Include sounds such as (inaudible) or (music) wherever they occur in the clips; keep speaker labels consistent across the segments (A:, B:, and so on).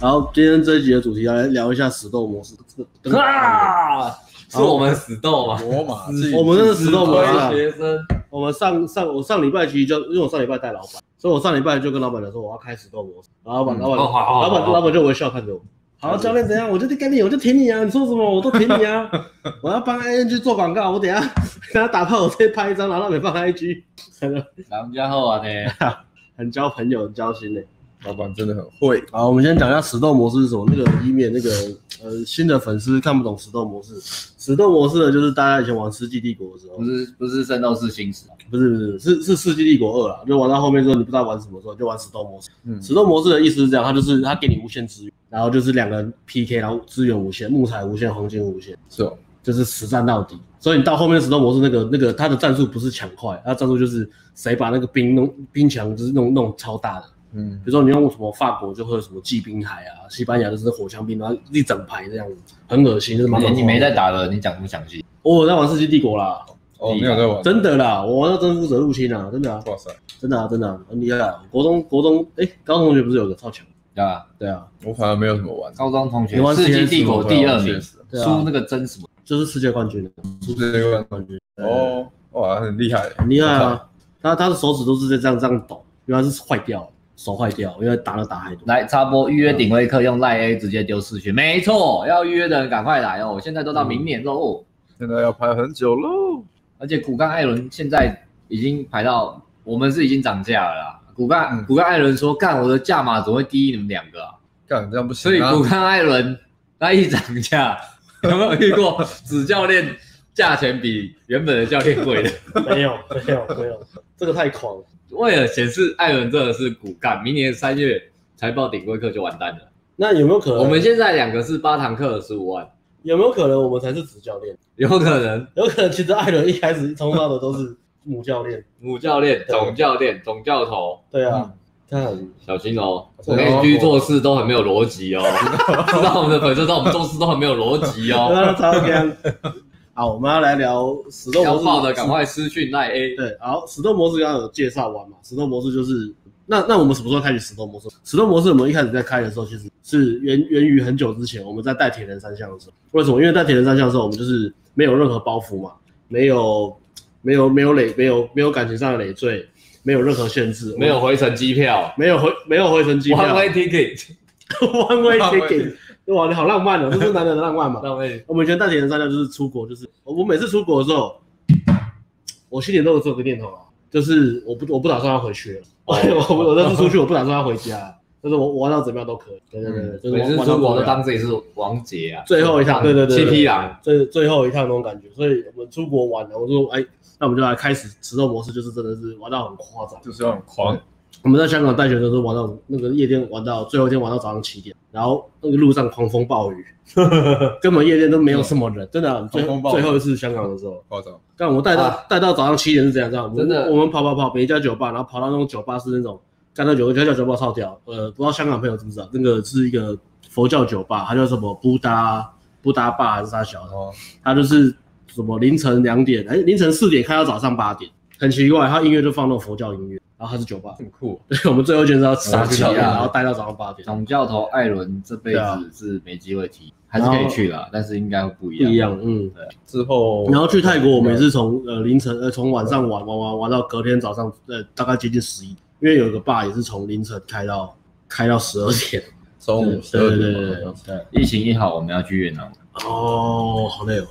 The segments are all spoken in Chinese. A: 然后今天这一集的主题来聊一下死斗模式。这个
B: 啊，是我们死斗嘛？
C: 罗马
A: 嗯我们真的死斗模
B: 我
A: 式啊
B: 们！学生，
A: 我们上上我上礼拜其实就因为我上礼拜带老板，所以我上礼拜就跟老板讲说我要开死斗模式，然后老板、
C: 嗯
A: 老板、
B: 哦好好
A: 老板
B: 好
A: 老板就微笑看着我。好，教练怎样？我就跟你，我就挺你啊！你说什么我都挺你啊！我要帮 I N G 做广告，我等一下 (laughs) 等一下打炮，我再拍一张，然后让你放 I G，
B: 人家好啊呢，
A: 很交朋友，很交心呢、
C: 老板真的很会，
A: 好，我们先讲一下死斗模式是什么，那个以免那个呃新的粉丝看不懂死斗模式。死斗模式呢，就是大家以前玩《世纪帝国》的时候
C: 嗯
B: 不，是不是圣斗士星矢啊，
A: 不是不是是是《世纪帝国二》啦，啊就玩到后面之后，你不知道玩什么时候，就玩死斗模式。
C: 嗯，
A: 死斗模式的意思是这样，它就是它给你无限资源，然后就是两个人 PK，然后资源无限，木材无限，黄金无限，
C: 是哦，
A: 就是实战到底。所以你到后面的死斗模式，那个那个它的战术不是抢快，它的战术就是谁把那个兵弄兵墙就是弄弄超大的，
C: 嗯
A: 比如说你用什么法国就会有什么骑兵海啊，西班牙就是火枪兵，然后一整排这样子，很恶心，就是蛮
B: 你
A: 恐怖的
B: 你没在，打了，你讲不详细？
A: 我有在玩《世纪帝国》啦，
C: 哦，没有在玩，
A: 真的啦，我玩到征服者入侵啊，真的啊，
C: 哇塞，
A: 真的啊，真的啊，很厉害啊！国中国中哎、高中同学不是有个超强？
B: 对吧？
A: 对啊，
C: 我反而没有什么玩，
B: 高中同学
A: 你，玩
B: 世纪
A: CS
B: 帝国
C: 吗
B: 第二名，
C: CS
B: 输
A: 啊对啊
B: 那个真什么？
A: 就是世界冠军，啊
C: 是这个
A: 冠军哦，
C: 哦，哇，很厉害，
A: 很厉害啊！他他的手指都是在这样这样抖，因为他是坏掉了，手坏掉了，因为打了打太多。
B: 来插播预约顶位课，用赖 A 直接丢视讯，没错，要预约的人赶快来哦，现在都到明年
A: 嗯
B: 喽。
C: 现在要拍很久喽，
B: 而且骨干艾伦现在已经排到，我们是已经涨价了啦。骨干、
C: 嗯
B: 骨干艾伦说：“干我的价码怎么会低于你们两个、啊？”
C: 干这样不
B: 所以
C: 行啊，
B: 骨干艾伦他一涨
A: (laughs)
B: 价，有没有遇过子教练价钱比原本的教练
A: (laughs)
B: 贵的？
A: 没有没有没有，这个太狂了。
B: 为了显示艾伦真的是骨干，明年三月财报顶规课就完蛋了。
A: 那有没有可能？
B: 我们现在两个是八堂课十五万，
A: 有没有可能我们才是子教练？
B: 有可能
A: 有可能其实艾伦一开始冲到的都是母教练。
B: 母教练、总教练、总教头。
A: 对啊，看
B: 小心哦，
C: 小心
B: 我
C: 哦
B: 跟 G 做事都很没有逻辑
A: (laughs)
B: 哦，知道我们的粉丝知道我们做事都很没有逻
A: (laughs)
B: 辑哦，
A: 他超干。好，我们要来聊死斗
B: 要
A: 模式。
B: 爆的赶快私讯赖 A，
A: 对，好，死斗模式刚刚有介绍完嘛？死斗模式就是那那我们什么时候开始死斗模式？死斗模式我们一开始在开的时候，其实是源源于很久之前我们在带铁人三项的时候。为什么？因为带铁人三项的时候，我们就是没有任何包袱嘛，没有没有没有累，没有没有感情上的累赘，没有任何限制，
B: 没有回程机票
A: 没有回没有回程机票
B: ，one way ticket， (laughs)
A: (laughs) ，one way
C: One way
A: ticket，哇，你好浪漫哦，这是男人的浪漫嘛？
B: 浪费
A: 我们以前带铁人三项就是出国，就是我每次出国的时候，我心里都有这个念头啊，就是我不我不打算要回去了， (laughs)
B: 哦
A: 我我我这次出去我不打算要回
B: (laughs)
A: 家，就是我我玩到怎么样都可以，对对对，就是
B: 嗯每
A: 玩
B: 次
A: 玩到
B: 出国
A: 怎么
B: 都
A: 样
B: 当自己是王杰啊，
A: 最后一趟，对对对，
B: 七
A: 对
B: 匹，狼，
A: 最最后一趟那种感觉，所以我们出国玩了，我说哎，那我们就来开始持肉模式，就是真的是玩到很夸张。
C: 就是要很狂，
A: 我们在香港带学的时候玩到那个夜店，玩到最后一天玩到早上七点，然后那个路上狂风暴雨，根本夜店都没有什么人，真的啊、最
C: 狂风暴雨
A: 最后一次香港的时候，
C: 夸张，
A: 但我带到
B: 啊
A: 带到早上七点是怎样？这样，我们
B: 真的
A: 我们跑跑跑，每一家酒吧，然后跑到那种酒吧是那种干到酒，家叫酒吧超屌。呃，不知道香港朋友知不知道，那个是一个佛教酒吧，它叫什么布达布达坝还是啥小的
C: 然，后
A: 它就是什么凌晨两点，哎，凌晨四点开到早上八点，很奇怪，它音乐就放那种佛教音乐，然后它是酒吧。
B: 很酷。
A: 对， (laughs) 我们最后就是要杀鸡啊，
B: 我知道
A: 然后待到早上八点，
B: 总教头艾伦这辈
A: 对啊
B: 子是没机会踢，还是可以去啦，但是应该会不一
A: 不
B: 样。
A: 一样，嗯。
C: 之后，
A: 然后去泰国，我们也是从呃凌晨呃从晚上玩玩玩玩到隔天早上呃大概接近十一，因为有一个坝也是从凌晨开到开到十二点，
C: 中
A: 对
C: 午十二
A: 对对
C: 点
A: 对
C: 嘛
A: 对
C: 好像，
A: 对，
B: 疫情一好，我们要去越南。
A: 哦，好累哦。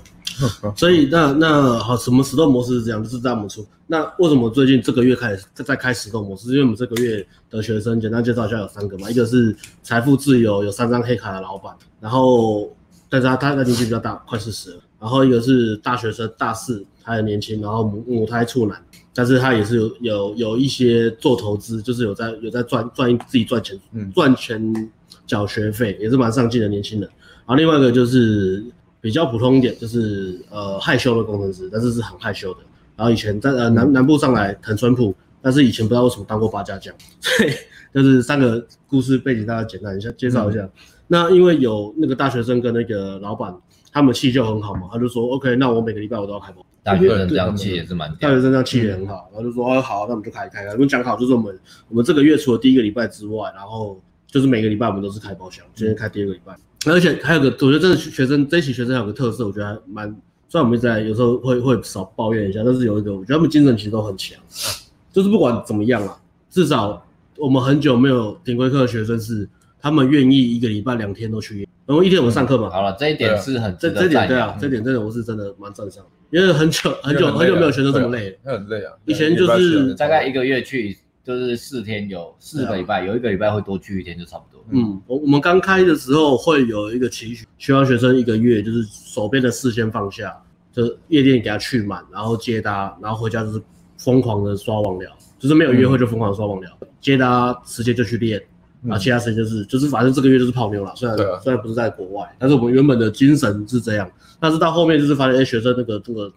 A: 所以那那好，什么石头模式是这样，就是在我们出。那为什么最近这个月开始在在开石头模式？因为我们这个月的学生，简单介绍一下有三个嘛，一个是财富自由有三张黑卡的老板，然后但是他他他年纪比较大，快四十了。然后一个是大学生大四，他很年轻，然后母母胎处男，但是他也是有有有一些做投资，就是有在有在赚赚自己赚钱，
C: 嗯
A: 赚钱缴学费，也是蛮上进的年轻人。然后另外一个就是比较普通一点，就是呃害羞的工程师，但是是很害羞的。然后以前在呃南南部上来很淳朴，但是以前不知道为什么当过八家将，所以就是三个故事背景大概简单一下介绍一下。那因为有那个大学生跟那个老板，他们气就很好嘛，他就说 OK，那我每个礼拜我都要开包。
B: 大学生这
A: 啊
B: 样气也是蛮
A: 大
B: 屌
A: 学
B: 的。
A: 生这样气也很好，然后就说、哦、好，那我们就开开开。我们讲好，就是我们我们这个月除了第一个礼拜之外，然后就是每个礼拜我们都是开包厢，今天开第二个礼拜。而且还有个，我觉得这个学生这一期学生还有个特色，我觉得还蛮，虽然我们一直在有时候会会少抱怨一下，但是有一个，我觉得他们精神其实都很强，就是不管怎么样啊，至少我们很久没有顶规课的学生是他们愿意一个礼拜两天都去夜，然后一天我们上课嘛，
B: 好了，这一点是很嗯值
A: 啊这
B: 得
A: 这点
B: 赞
A: 对
B: 扬
A: 啊，这点真的我是真的蛮赞赏的，因为很久很久很久没有学生这么累了。
C: 那 (laughs) 很累啊。
A: 以前就是
B: 大
C: 哦
B: 概一个月去就是四天有四个礼拜，有一个礼拜会多去一天就差不多。
A: 啊嗯，我我们刚开的时候会有一个期许，希望学生一个月就是手边的事先放下，就是夜店给他去满，然后接搭，然后回家就是疯狂的刷网聊，就是没有约会就疯狂地刷网聊，接搭时间就去练，
C: 嗯
A: 然后其他时间就是就是反正这个月就是泡妞啦，虽然
C: 对啊
A: 虽然不是在国外，但是我们原本的精神是这样，但是到后面就是发现哎、学生那个这个。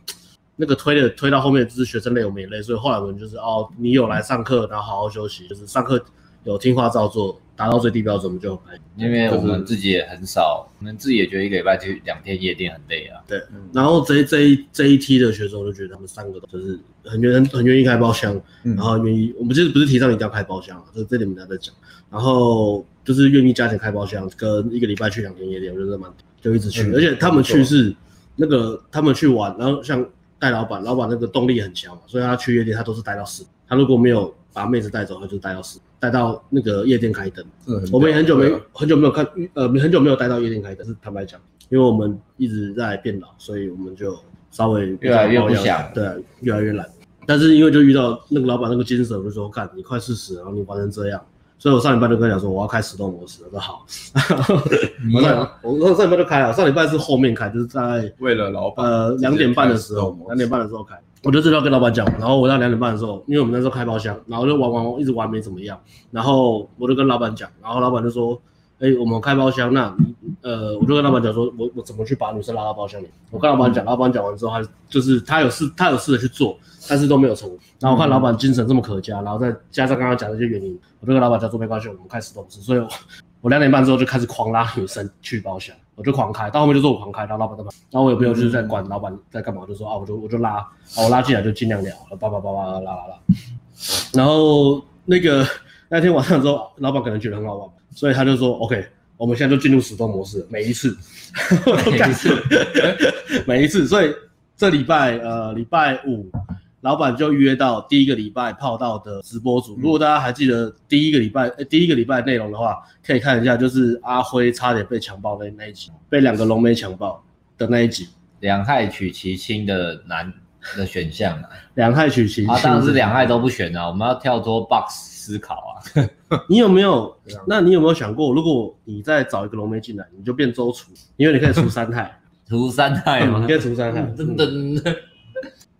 A: 那个推的推到后面就是学生累，我们也累，所以后来我们就是哦，你有来上课，然后好好休息，就是上课有听话照做，达到最低标准，我们就很开心。
B: 因为我们自己也很少，我们自己也觉得一个礼拜去两天夜店很累啊。
C: 嗯
A: 然后这一这一这一批的学生，我就觉得他们三个都就是很愿很很愿意开包厢，
C: 嗯
A: 然后愿意，我们其实不是提倡一定要开包厢啊，这这点我们大家在讲，然后就是愿意加钱开包厢，跟一个礼拜去两天夜店，我觉得蛮就一直去，
C: 嗯
A: 而且他们去是那个他们去玩，然后像带老板，老板那个动力很强嘛，所以他去夜店他都是待到十，他如果没有把妹子带走，他就待到十，待到那个夜店开灯。我
C: 啊
A: 们也很久
B: 啊
A: 没很久没有看，呃，很久没有待到夜店开，但是坦白讲，因为我们一直在变老，所以我们就稍微
B: 越来越
A: 比较
B: 不
A: 抱怨
B: 想
A: 对啊，越来越懒。但是因为就遇到那个老板那个精神，我就说干，你快四十，然后你玩成这样，所以我上礼拜就跟他讲说我要开始动模式，我说好。我上
B: 啊
A: (laughs) 我上礼拜就开了，上礼拜是后面开，就是在
C: 为了老板
A: 呃两点半的时候，两点半的时候开，我就知道跟老板讲，然后我到两点半的时候，因为我们那时候开包厢，然后就玩玩玩，一直玩没怎么样，然后我就跟老板讲，然后老板就说，哎、我们开包厢，那你呃，我就跟老板讲说，我我怎么去把女生拉到包厢里？我跟老板讲，老板讲完之后，他就是他有试，他有试着去做，但是都没有成功。然后我看老板精神这么可嘉，然后再加上刚刚讲的一些原因，我就跟老板讲说没关系，我们开始懂事，所以我。我两点半之后就开始狂拉女生去包厢，我就狂开，到后面就是我狂开，然后老板在旁边，然后我也没有就是在管老板在干嘛，我就说啊，我就我就拉，啊我拉进来就尽量聊，叭叭叭叭拉拉拉，然后那个那天晚上之后，老板可能觉得很好玩，所以他就说 OK，我们现在就进入死斗模式，每一次，
B: (laughs) 每一次，
A: (laughs) 每一次，所以这礼拜呃礼拜五。老板就约到第一个礼拜泡到的直播
B: 嗯
A: 组，如果大家还记得第一个礼拜、呃第一个礼拜内容的话，可以看一下，就是阿辉差点被强暴那那一集，被两个龙妹强暴的那一集，
B: 两害取其轻的难的选项啊，
A: 两害取其轻。 (laughs)
B: 啊，当然是两害都不选啊，我们要跳脱 box 思考啊。
A: 你有没有
C: 对啊？
A: 那你有没有想过，如果你再找一个龙妹进来，你就变周厨，因为你可以除三
B: (laughs)
A: 害，
B: 除三害嘛
A: 你，可以除三害。嗯
B: 噔噔，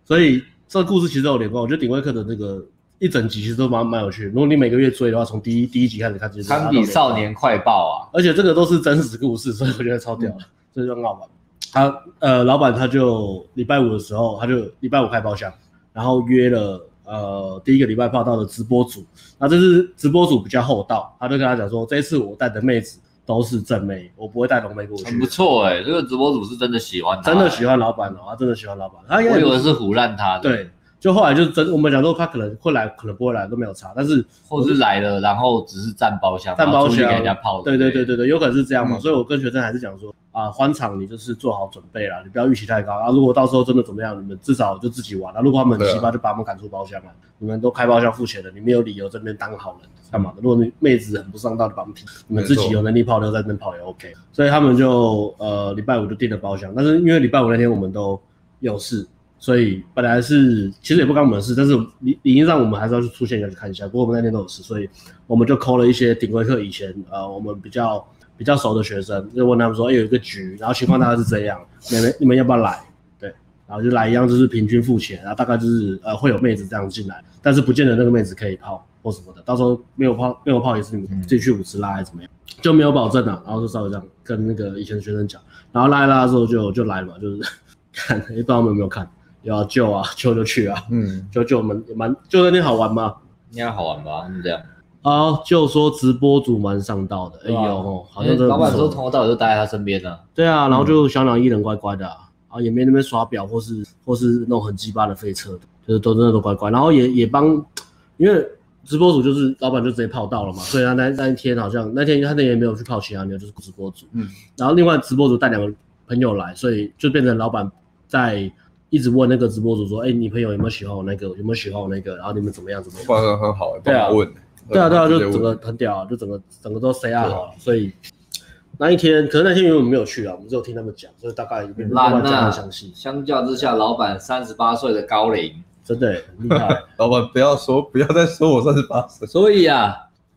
A: 所以这故事其实都有连贯。我觉得顶规课的那个一整集其实都蛮蛮有趣的。如果你每个月追的话，从第一第一集开始看，其实
B: 堪比少，年快报啊，
A: 而且这个都是真实故事，所以我觉得超屌的，这就很好玩。他呃，老板他就礼拜五的时候，他就礼拜五开包厢，然后约了呃第一个礼拜报道的直播组，那这是直播组比较厚道，他就跟他讲说，这一次我带的妹子都是正妹，我不会带龙妹过去，
B: 很不错哎，这个直播主是真的喜欢
A: 嗯
B: 他，啊
A: 真的喜欢老板哦，他真的喜欢老板，他应该
B: 我
A: 也
B: 以
A: 不
B: 为是唬烂他的，
A: 对，，就后来就真我们讲说他可能会来，可能不会来都没有差，但是
B: 或是来了然后只是占包厢，
A: 蛋
B: 然
A: 包
B: 后出去
A: 厢
B: 给人家泡的，
A: 对对对对对，有可能是这样嘛，
C: 嗯
A: 所以我跟学生还是讲说啊，欢场你就是做好准备啦，你不要预期太高啊。如果到时候真的怎么样，你们至少就自己玩啊。如果他们很
C: 对啊
A: 奇葩，就把他们赶出包厢了。啊你们都开包厢付钱了，你没有理由这边当好人干嘛的？如果你妹子很不上道，就把他们踢。你们自己有能力泡妞在那边泡也 OK。所以他们就呃礼拜五就订了包厢，但是因为礼拜五那天我们都有事，所以本来是其实也不干我们的事，但是理理应上我们还是要去出现一下去看一下。不过我们那天都有事，所以我们就抠了一些顶规课以前呃我们比较比较熟的学生，就问他们说，哎、有一个局，然后情况大概是这样，你们你们要不要来？对，然后就来一样，就是平均付钱，然后大概就是呃会有妹子这样进来，但是不见得那个妹子可以泡或什么的，到时候没有泡没有泡也是你
B: 嗯
A: 们自己去舞池拉还是怎么样，就没有保证啊。然后就稍微这样跟那个以前的学生讲，然后拉一拉之后就就来嘛，就是 (laughs) 看，也不知道他们有没有看，有啊救啊救就去啊，
C: 嗯，
A: 救救我们也蛮就那天好玩嘛。
B: 应该好玩吧？他们这样，
A: 啊，就说直播主蛮上道的，哎
B: 对啊
A: 呦，吼好
B: 因
A: 像
B: 为
A: 真的
B: 老
A: 不
B: 板
A: 错
B: 说从头到尾都待在他身边呢，
A: 对啊，然后就小鸟依人乖乖的啊，啊也没那边耍表或是或是那种很鸡巴的废车的，就是都真的都乖乖，然后也也帮，因为直播组就是老板就直接泡到了嘛，所以他那那一天好像那天他那天也没有去泡其他牛，就是直播组。
C: 嗯，
A: 然后另外直播组带两个朋友来，所以就变成老板在一直问那个直播组说：“哎、你朋友有没有喜欢我那个？有没有喜欢我那个？然后你们怎么样怎么样
C: 反而很好，
A: 对啊
C: 帮我问。？”
A: 对啊，对啊，就
C: 直接问
A: 整个很屌、啊，就整个整个都 say 啊
C: 对啊
A: 好了。所以那一天，可能那天因为我们没有去啊，我们只有听他们讲，所以大概也没有办
B: 烂
A: 法讲
B: 啊
A: 很详细。
B: 相较之下，老板三十八岁的高龄，
A: 真的、很厉害。
C: 老板不要说，不要再说我三十八岁。
B: 所以啊，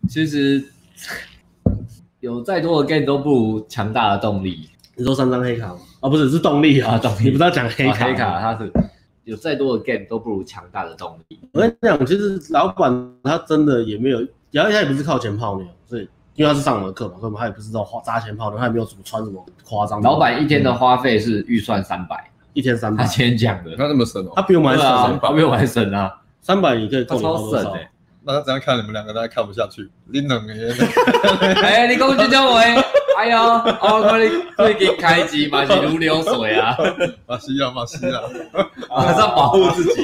B: 其实 (laughs) 有再多的 gain 都不如强大的动力。
A: 你说三张黑卡吗？啊，不是，是动力啊，
B: 啊动力
A: 你不知道讲黑
B: 啊
A: 卡、
B: 黑卡，它是有再多的 gain 都不如强大的动力。
A: 我跟你讲，其实老板他真的也没有，然后他也不是靠钱泡妞，所以因为他是上我们的课嘛，所以我们他也不知道花扎钱泡妞，他也没有什么穿什么夸张的。
B: 老板一天的花费是预算三百，
A: 一天三
B: (laughs) 他
A: 百，
B: 今天讲的，
C: 那那么神哦
A: 他，比我们还
B: 对啊
A: 省，
B: 他没有完神啊，
A: 三百你可以
B: 他
A: 够你泡
B: 超
A: 多
B: 省
A: 少？
B: 哎、
C: 那他怎样看你们两个，大家看不下去。你冷耶，
B: (laughs) 哎、你讲这种话，哎呦，我讲你最近开机嘛是如流水 (laughs) 啊，
C: 马西亚，马西亚，
B: 马上保护自己，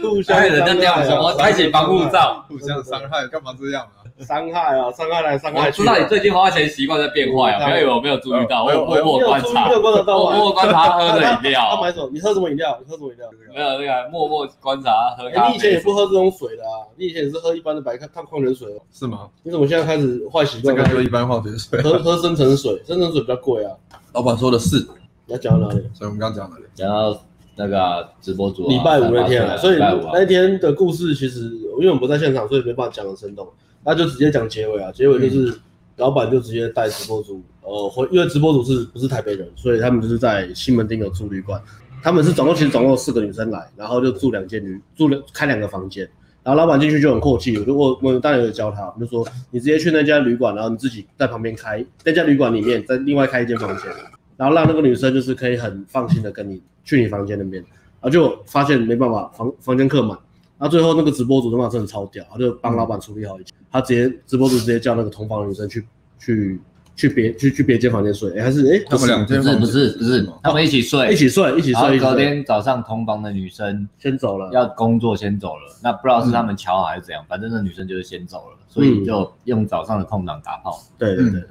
A: 互
B: 哎，人家掉什么开启防护罩，
C: 互相伤害，干嘛这样啊？
A: 伤害啊，伤害来伤
B: 我
A: 害
B: 知道你最近花钱习惯在变坏啊，不要以为我没有注意到，我有默默观察，
A: 没有观察到
B: 默
A: 啊
B: 默观察他喝的饮
A: 他
B: 料
A: 买，什么？你喝什么饮料？你喝什么饮料？
B: 没有那个默默观察他喝
A: 哎
B: 啊咖
A: 你以前也
B: 啡。
A: 不喝这种水的啊，你以前也是喝一般的白开碳矿泉水哦，
C: 是吗？
A: 你怎么现在开始坏习
C: 这
A: 惯？
C: 个就一般化学水。
A: 喝喝深层水，深层水比较贵啊。
C: 老板说的是，所
A: 你要讲到哪里？
C: 以我们刚刚讲的，
B: 然后那个直播主啊
A: 礼拜五那天
B: 38岁
A: 啊，
B: 啊
A: 所以
B: 礼拜五啊
A: 那天的故事其实因为我们不在现场，所以没办法讲的生动，那就直接讲结尾啊。结尾
B: 嗯
A: 就是老板就直接带直播组，呃，回因为直播组是不是台北人，所以他们就是在西门町有住旅馆，他们是总共其实总共有四个女生来，然后就住两间旅住了开两个房间。然后老板进去就很阔气，我就我我当然有教他，我就说你直接去那家旅馆，然后你自己在旁边开那家旅馆里面再另外开一间房间，然后让那个女生就是可以很放心的跟你去你房间那边。然后就发现没办法，房房间客满。然后最后那个直播主他妈真的超屌，他就帮老板处理好一切，他直接直播主直接叫那个同房的女生去去去别去去别间房间睡，哎还是哎
C: 他们两
B: 不
C: 间
B: 是
C: 房
B: 不是不是，他们一起睡，
A: 一起睡一起
B: 然后
A: 睡，一起
B: 隔
A: 睡
B: 天早上同房的女生
A: 先走了，
B: 要工作先走了，那不
A: 嗯
B: 知道是他们瞧好还是怎样，反正那女生就是先走了，所以就用早上的空档打炮。
A: 对对
C: 嗯
A: 对对，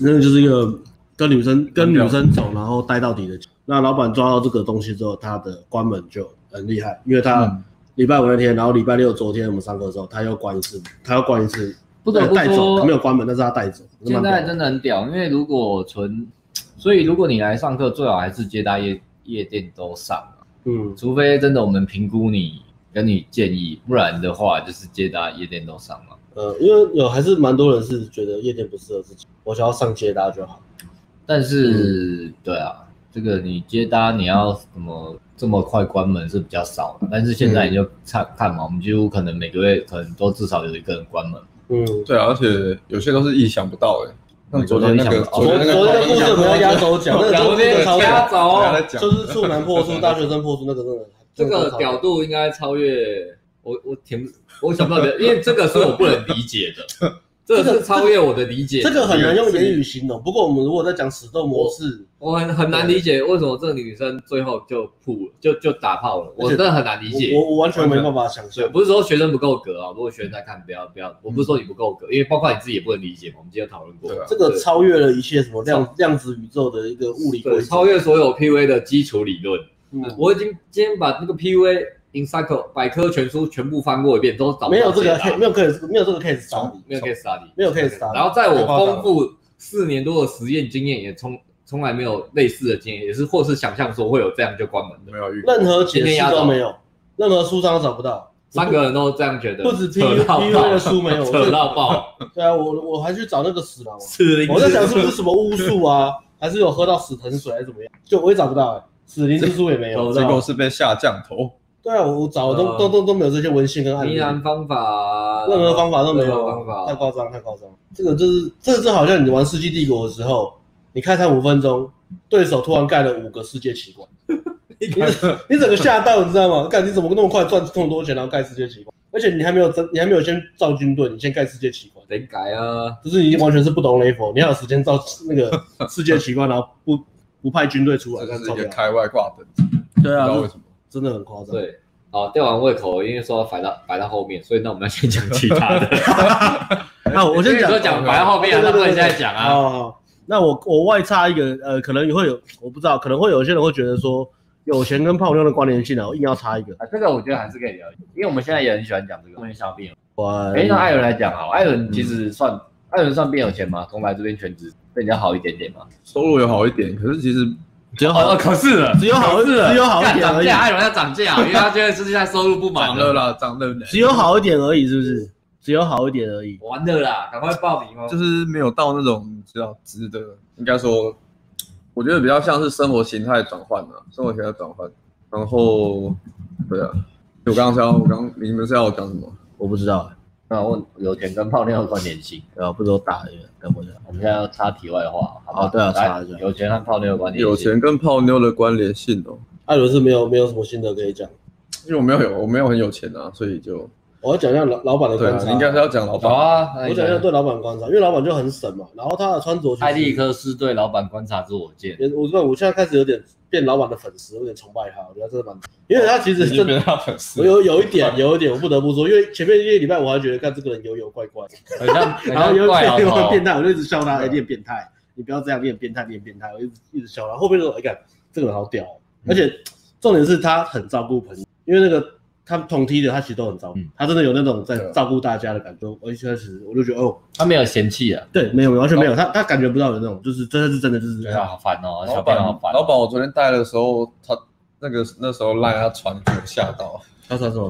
A: 那个就是一个跟女生跟
C: 很
A: 女
C: 屌
A: 生走，然后待到底的。那老板抓到这个东西之后，他的关门就很厉害，因为他
C: 嗯
A: 礼拜五那天，然后礼拜六昨天我们上课的时候，他又关一次，他要关一次，呃
B: 不得不
A: 带走，他没
B: 说，
A: 有关门，但是他带走。
B: 现在
A: 的
B: 真的很屌，因为如果纯，所以如果你来上课，最好还是接待夜夜店都上啊，
A: 嗯，
B: 除非真的我们评估你，跟你建议，不然的话就是接待夜店都上啊嘛。
A: 呃，因为有还是蛮多人是觉得夜店不适合自己，我想要上街搭就好。
B: 但是，对啊，这个你接搭你要怎么这么快关门是比较少的，但是现在你就看、看嘛，我们几乎可能每个月可能都至少有一个人关门。
A: 嗯，
C: 对啊，而且有些都是意想不到哎。像昨天那个，
B: 我
A: 我
C: 昨
A: 昨
C: 天
A: 天
C: 那
A: 的故事
C: 个
A: 我们要压轴讲，那个
B: 昨
A: 真
B: 天
A: 的超
B: 压
A: 屌，
B: 轴
C: 大家在讲
A: 就是处男破处、大学生破处那个真的，
B: 这
A: 真的
B: 个
A: 超
B: 屌度应该超越我，我挺我想不到的，因为这个是我不能理解的，
A: (laughs)
B: 这个是超越我的理解的，
A: 这个很难用言语形容。不过我们如果在讲死斗模式，
B: 我很很难理解为什么这个女生最后就扑了，就就打炮了，我真的很难理解。
A: 我我完全没办法想
B: 所以
A: 象。
B: 不是说学生不够格啊，如果学生在看，不要不要，我不是说你不够格，因为包括你自己也不能理解嘛。我们今天有讨论过
C: 对，啊
A: 这个超越了一切什么量量子宇宙的一个物理规
B: 对
A: 则，
B: 超越所有 PUA 的基础理论。
A: 嗯
B: 我已经今天把那个 PUA In Cycle 百科全书全部翻过一遍，都找不到
A: 没有这
B: 解
A: 个
B: 答
A: case，没有 case，没有这个 case 找你，
B: 哦没有 case study，
A: 没有 case 找
B: 然
A: 你。
B: 后在我丰富四年多的实验经验，也从从来没有类似的经验，也是或是想象说会有这样就关门的
C: 没，有遇过，
A: 任何解释都没有，任何书上都找不到。
B: 三个人都这样觉得，
A: 不止 P
B: 扯
A: U
B: 到
A: P U
B: 爆
A: 的，书没有，我
B: 扯
A: 是
B: 到爆，
A: 对啊，我我还去找那个死狼啊，
B: 死灵
A: 我在想是不是什么巫术
B: (laughs)
A: 啊，还是有喝到死藤水还是怎么样，就我也找不到，哎死灵之书也没
B: (laughs)
A: 有。
C: 结果是被下降头。
A: 对啊，我找
B: 哦
A: 都都都都没有这些文献跟案
B: 迷
A: 例。
B: 然方法，
A: 任何方法都没
B: 任
A: 有啊
B: 何方法
A: 太夸张，太夸张。这个就是，这就好像你玩《世纪帝国》的时候，你开场五分钟，对手突然盖了五个世界
C: (laughs)
A: 奇观，你你整个吓到，你知道吗？干，你怎么那么快赚这么多钱，然后盖世界奇观？而且你还没有真，你还没有先造军队，你先盖世界奇观，
B: 得改啊，
A: 就是你完全是不懂 level，你还有时间造那个世界奇观，然后不不派军队出来，
C: 这
A: 干
C: 是
A: 超
C: 一个
A: 屌。
C: 开外挂的，
A: 对
C: 不知道
A: 啊
C: 为，什么。
A: 真的很夸张。
B: 对，哦，吊完胃口，因为说摆到摆到后面，所以那我们要先讲其
A: (laughs)
B: 他的。
A: 那啊我先
B: 你
A: 讲
B: 说讲摆到后面啊，那不然现在讲啊。
A: 哦，那我我外插一个，呃，可能也会有，我不知道，可能会有些人会觉得说有钱跟泡妞的关联性啊，我硬要插一个。
B: 啊，这个我觉得还是可以聊，因为我们现在也很喜欢讲这个关于小病。
A: 哇
B: 哎，那艾伦来讲好，艾伦其实算艾伦算变有钱吗？从来这边全职对人家好一点点吗？
C: 收入有好一点，可是其实
A: 只有
B: 哦，
A: 好，
B: 可是了
A: 只有好，只有好一
B: 干
A: 点
B: 涨
A: 而已，
B: 价，艾伦要涨价，因为他觉得这现在收入不满
C: 涨了。啦，涨了呢，
A: 只有好一点而已，是不是？只有好一点而已。
B: 完了啦，赶快报名哦！
C: 就是没有到那种你知道值得，应该说，我觉得比较像是生活形态转换啊，生活形态转换。然后，对啊，我刚刚是要，我刚你们是要我讲什么？
A: 我不知道，
B: 那我有钱跟泡妞有关联性，
A: 对吧？不知道打一个，干不知道。
B: 我们现在要插题外话，好吧？
A: 哦对啊
B: 来
A: 插一下
B: 有钱和泡妞有关联性。
C: 有钱跟泡妞的关联性哦，
A: 艾伦是没有没有什么心得可以讲，
C: 因为我没有有我没有很有钱啊，所以就
A: 我要讲一下老老板的
C: 对
A: 观
C: 啊，
A: 察。
C: 你应该是要讲
B: 好
C: 老板。
B: 啊，那
A: 我
B: 你
A: 讲一下
B: 讲
A: 对老板观察，因为老板就很省嘛，然后他的穿着
B: 艾利
A: 其实
B: 克斯对老板观察自我见，
A: 也，我知道我现在开始有点变老板的粉丝，有点崇拜他，我觉得真的蛮，因为他其实真的。
C: 他粉丝啊
A: 我有有一点，有一点，我不得不说，因为前面一个礼拜我还觉得看这个人油油怪怪，
B: 很像很
A: 然后
B: 像
A: 有
B: 怪老哦啊
A: 点有
B: 头。
A: 变态，我就一直笑他，
B: 啊
A: 哎，你很变态，你不要这样，你很变态，你很变态，我一直一直笑他。后面就说，哎，看这个人好屌哦，
B: 嗯
A: 而且重点是他很照顾朋友，因为那个他同梯的他其实都很照顾
B: 嗯，
A: 他真的有那种在
C: 对啊
A: 照顾大家的感觉。我一开始我就觉得，哦，
B: 他没有嫌弃啊，
A: 对，没有，完全没有，他他感觉不到有那种，就是真的是真的就是
B: 对啊，好烦哦，
C: 老
B: 小朋
C: 板
B: 友好烦。
C: 老板，我昨天带的时候，他那个那时候赖他传给我吓到。
A: 他说什么？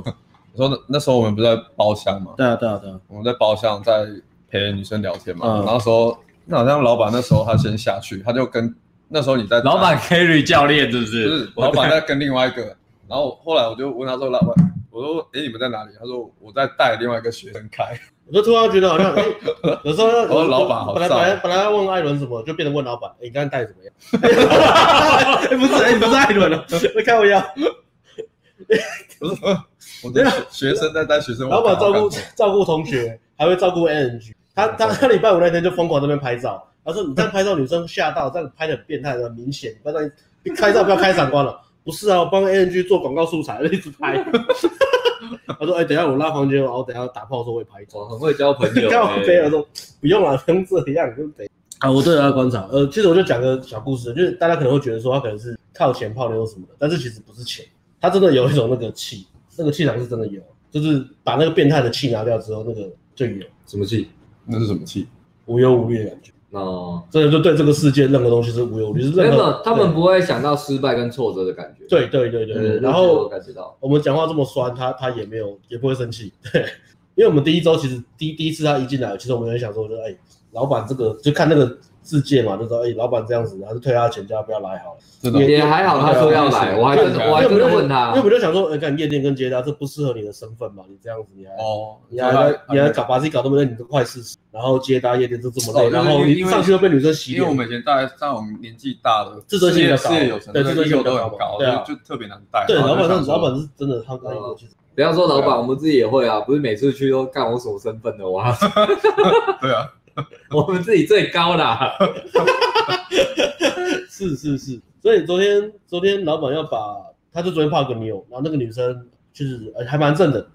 C: 我说那那时候我们不是在包厢嘛，
A: 对啊，对啊，对啊，
C: 我们在包厢在陪女生聊天嘛，
A: 嗯
C: 然后那时候那好像老板那时候他先下去，他就跟那时候你在
B: 老板 carry 教练是不
C: 不
B: 是？
C: 是老板在跟另外一个，然后后来我就问他说老板，我说哎、诶你们在哪里？他说我在带另外一个学生开，
A: 我就突然觉得好
C: (laughs)
A: 像，哎，有时候
C: 我说老板好
A: 本来
C: 赞
A: 本来本来要问艾伦什么，就变成问老板，哎，你刚才带怎么样？
C: (laughs)
A: 哎不是，哎，你不是艾伦了，我开玩笑。
C: 我说呃我的学学生在带学生，
A: 老板照顾
C: 我看
A: 照顾同学，还会照顾 NG。他他他礼拜五那天就疯狂在那边拍照，他说你这样拍照女生吓到，这样拍的很变态的，很明显，不要让你开照不要开闪光了。不是啊，我帮 NG 做广告素材，一直拍。 (laughs) 他说哎、等一下我拉房间，然后等一下打炮的时候会拍照。
B: 我哦很会交朋
A: (laughs)
B: 友
A: 看我朋友
B: 欸。
A: 说不用了，不用这样，就得啊。我对他的观察，呃，其实我就讲个小故事，就是大家可能会觉得说他可能是靠钱泡妞什么的，但是其实不是钱，他真的有一种那个气， (laughs) 那个气场是真的有，就是把那个变态的气拿掉之后，那个就有
B: 什么气？
C: 那是什么气？
A: 无忧无虑的感觉，
B: 哦，
A: 真的就对这个世界任何东西是无忧无虑，是
B: 没
A: 任
B: 有
A: 何，
B: 他们不嗯会想到失败跟挫折的感觉。
A: 对对对对
B: 对，
A: 对，
B: 对，
A: 然
B: 这个我
A: 后
B: 感觉到。
A: 我们讲话这么酸，他他也没有也不会生气， (laughs) 对，因为我们第一周其实第第一次他一进来，其实我们就想说，就哎，老板这个就看那个世界嘛，就说哎，老板这样子，还是退他的钱，叫他不要来好了。
C: 真的
A: 也
B: 也还好，他说要
A: 啊
B: 来，我还真
C: 对
B: 我还真的问
A: 因
B: 他啊
A: 为我，们就想说，哎，看夜店跟接搭这不适合你的身份嘛，你这样子你还。
C: 哦，
A: 你还
C: 对
A: 你还搞把自己搞那么累，你都快四十，然后接搭夜店就这么累，
C: 哦就是
A: 然后你
C: 因为
A: 上去又被女生洗
C: 因为我
A: 脸，
C: 们以前大概像我们年纪大的，
A: 自尊心比较
C: 事
A: 高
C: 业事业有成，
A: 对
C: 那
A: 自尊心
C: 个
A: 比较高
C: ego 都很高，
A: 对啊
C: 就就特别难带。
A: 对，老板
C: 然后就想说哦
A: 老板是真的，他刚过去，
B: 不要说老板，我们自己也会啊，不是每次去都干我什么身份的，我还
C: 对啊，
B: (laughs) 我们自己最高啦。
A: 是是是，所以昨天昨天老板要把，他就昨天泡个妞，然后那个女生就是呃还蛮正的，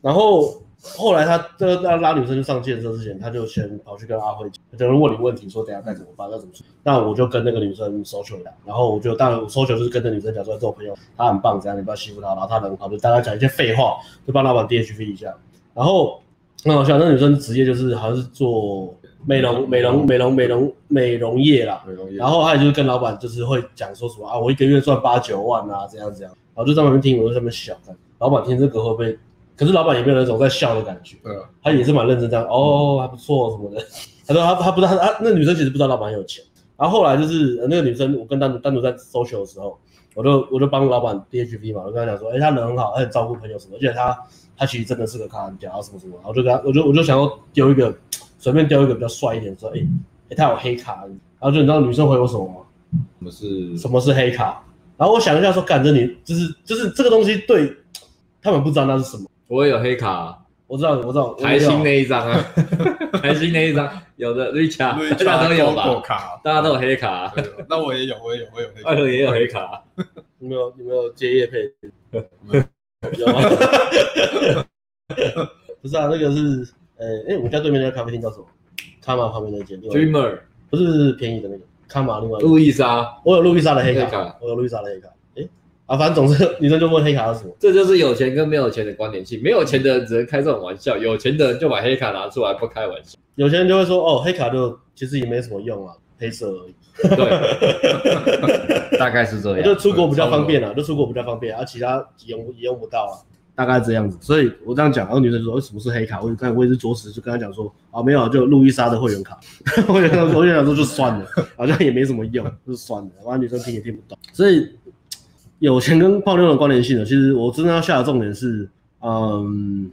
A: 然后后来他这要拉女生去上健身之前，他就先跑去跟阿辉讲，有人问你问题说等一下该怎么办，该怎么办，那我就跟那个女生搜求一下，然后我就当然我搜求就是跟那女生讲说这是我朋友，她很棒，怎样你不要欺负她，然后她人好，就大概讲一些废话，就帮老板 DHV 一下，然后很好笑，那女生职业就是好像是做美容美容美容美容美容业啦。
C: 很容易
A: 然后还有就是跟老板就是会讲说什么啊，我一个月赚八九万啊，怎样怎样，然后就在旁边听，我就在那边笑，看老板听这个会不会？可是老板也没有那种在笑的感觉，
C: 对啊，
A: 他也是蛮认真这样，哦，还不错什么的。他说他他不知道，他那女生其实不知道老板很有钱。然后后来就是呃那个女生，我跟单独单独在搜求的时候，我就我就帮老板 DHV 嘛，我就跟他讲说，哎、他人很好，他很照顾朋友什么，而且他他其实真的是个咖人家，啊然后什么什么，然后就跟他，我就我就想要丢一个随便丢一个比较帅一点，说，哎、哎他有黑卡，然后就你知道女生回我什么吗？
B: 我们是
A: 什么是黑卡？然后我想一下说，干这你就是就是这个东西对他们不知道那是什么。
B: 我也有黑卡，
A: 我知道，我知道，
B: 台新
A: 的
B: 那一 (laughs) 张啊，台新那一张有的 Richard，大家都有吧？
C: 卡，
B: 大家都有黑卡，
C: 对啊那我也有，我也有，我也有那
B: 二
C: 个。
B: 哥也有黑卡，
A: (laughs) 你没有你没有接叶配？有吗？ (laughs) 不是啊，那个是，呃、哎、我家对面那家咖啡厅叫什么？卡玛旁边那间，另外一个
B: Dreamer
A: 不是不是便宜的那个，卡玛另外一个。
B: 路易莎，
A: 我有路易莎的黑
B: 黑
A: 卡
B: 卡，
A: 我有路易莎的黑卡。哎、啊，反正总之 (laughs) 女生就问黑卡是什么。
B: 这就是有钱跟没有钱的关联性。没有钱的人只能开这种玩笑，有钱的人就把黑卡拿出来不开玩笑。
A: 有些人就会说，哦，黑卡就其实也没什么用啊，黑色而已。
B: 对， (laughs) 大概是这
A: 我
B: 样。
A: 觉得出国比较方便啊，就出国比较方便啊，其他也用也用不到啊，大概这样子。所以我这样讲，然后女生说为哦什么是黑卡，我就看我也是着实就跟她讲说，啊没有啊，就路易莎的会员卡， (laughs) 我就想说我就想说就算了， (laughs) 好像也没什么用，就算了，反正女生听也听不懂。所以有钱跟泡妞的关联性啊呢，其实我真的要下的重点是，嗯。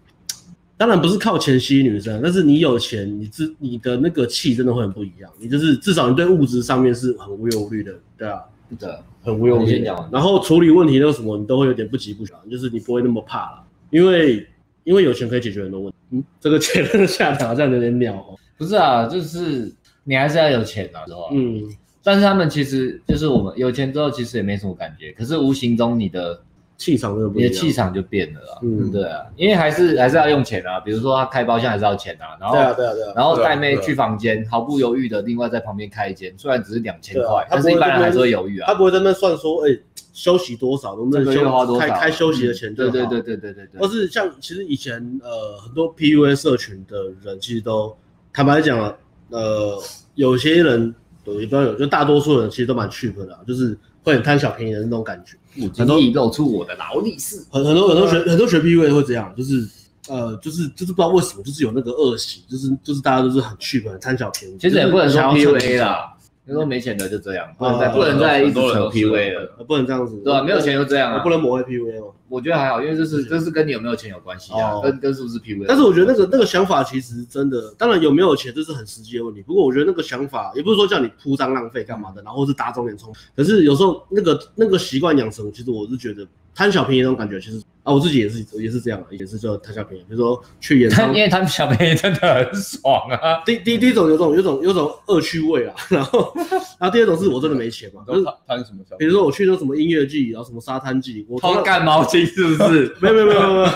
A: 当然不是靠钱吸引女生，啊但是你有钱，你自你的那个气真的会很不一样。你就是至少你对物质上面是很无忧无虑的，对啊。
B: 是的，
A: 很无用
B: 哦你先讲完
A: 然后处理问题那个什么，你都会有点不急不徐，啊就是你不会那么怕了，因为因为有钱可以解决很多问题。嗯，这个结论下场好像有点鸟哦。
B: 不是啊，就是你还是要有钱啊，是吧？
A: 嗯，
B: 但是他们其实就是我们有钱之后，其实也没什么感觉，可是无形中你的
A: 气场真的不一
B: 你的
A: 样。
B: 气场就变了啊。
A: 嗯，
B: 对啊，因为还是还是要用钱啊，比如说他开包厢还是要钱啊，然后
A: 对啊，对啊，对啊。
B: 然后
C: 对啊
B: 带妹
C: 对啊
B: 去房间，毫不犹豫的另外在旁边开一间，虽然只是两千
A: 对啊
B: 块，
A: 他
B: 但
A: 不
B: 是
A: 会
B: 一般人
A: 在那边
B: 还是会犹豫
A: 他
B: 啊。
A: 不会在那边算说，哎，休息多少，能不能
B: 这个月花
A: 休
B: 多少啊
A: 开开休息的钱就
B: 对
A: 好。
B: 对对对对对对
A: 或，是像其实以前呃很多 PUA 社群的人，其实都坦白讲啊，呃有些人有也不要有，就大多数人其实都蛮 cheap 的啊、就是会很贪小便宜的那种感觉。
B: 我今天露出我的劳力士。
A: 很很多很多学
B: 呃
A: 很多学 PUA 会这样，就是呃就是就是不知道为什么，就是有那个恶习，就是就是大家都是很 cheap 很贪小便宜，
B: 其实也不
A: 就
B: 能说
A: 是想要趁
B: PUA 啦，就说没钱的就这样，不能再
A: 啊
B: 不能再一直
C: 很
B: 扯
C: 多人都是
B: PUA 了，
A: 呃，不能这样子，
B: 对吧？没有钱就这样
A: 我
B: 啊
A: 不。能抹黑 PUA 嘛。
B: 我觉得还好，因为这是这是跟你有没有钱有关系啊
A: 哦，
B: 跟跟是不是 PUA。
A: 但是我觉得那个那个想法其实真的，当然有没有钱这是很实际的问题。不过我觉得那个想法也不是说叫你铺张浪费干嘛的，然后是打肿脸充。可是有时候 (laughs) 那个那个习惯养成，其实我是觉得贪小便宜那种感觉，其实啊我自己也是也是这样，也是叫贪小便宜。比如说去演
B: 他
A: 唱
B: (laughs) 因为他们小便宜真的很爽 (laughs) 啊，
A: 第第第一种有种有种有种恶趣味啦，然后然后第二种是我真的没钱嘛，就是
C: 都贪贪什么小
A: 比如说我去那什么音乐季，然后什么沙滩季，我
B: 偷干毛巾是不是？
A: 没有没有没有没有没
C: (laughs)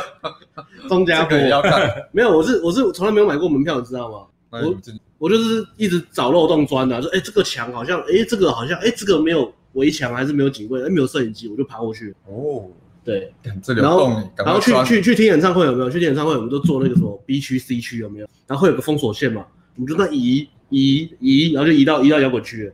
A: 有，张家坡
C: 这个也要看，
A: 没有，我是我是从来没有买过门票，你知道吗？
C: 那你们自己
A: 我就是一直找漏洞钻的、啊，说哎、这个墙好像，哎、这个好像，哎、这个没有围墙还是没有警卫，哎、没有摄影机，我就爬过去。
C: 哦，
A: 对，
C: 干这里有
A: 然后
C: 洞你赶
A: 然后
C: 快
A: 去
C: 抓
A: 去去听演唱会有没有？去听演唱会我们都坐那个什么 B 区 C 区有没有？然后会有个封锁线嘛，我们就那移移移，然后就移到移到摇滚区了。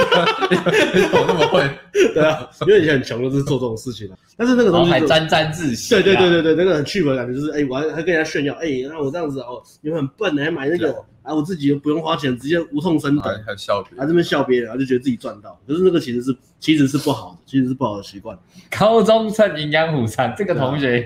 C: 你怎么那么会？
A: (laughs) 对啊，因为以前很穷，就是做这种事情的、但是那个
B: 然
A: 东
B: 后
A: 西
B: 还
A: 就
B: 沾沾自喜啊。
A: 对对对对对，那个很趣味的感觉就是，哎、我还还跟人家炫耀，哎、你看我这样子哦，你们很笨，还买那
C: 对
A: 个，啊，我自己又不用花钱，直接无痛升等
C: 还，哎还笑别
A: 啊，
C: 人，
A: 这边笑别人，然后就觉得自己赚到，可是那个其实是其实是不好的，其实是不好的习惯。
B: 哦高中蹭营养午餐，这个同学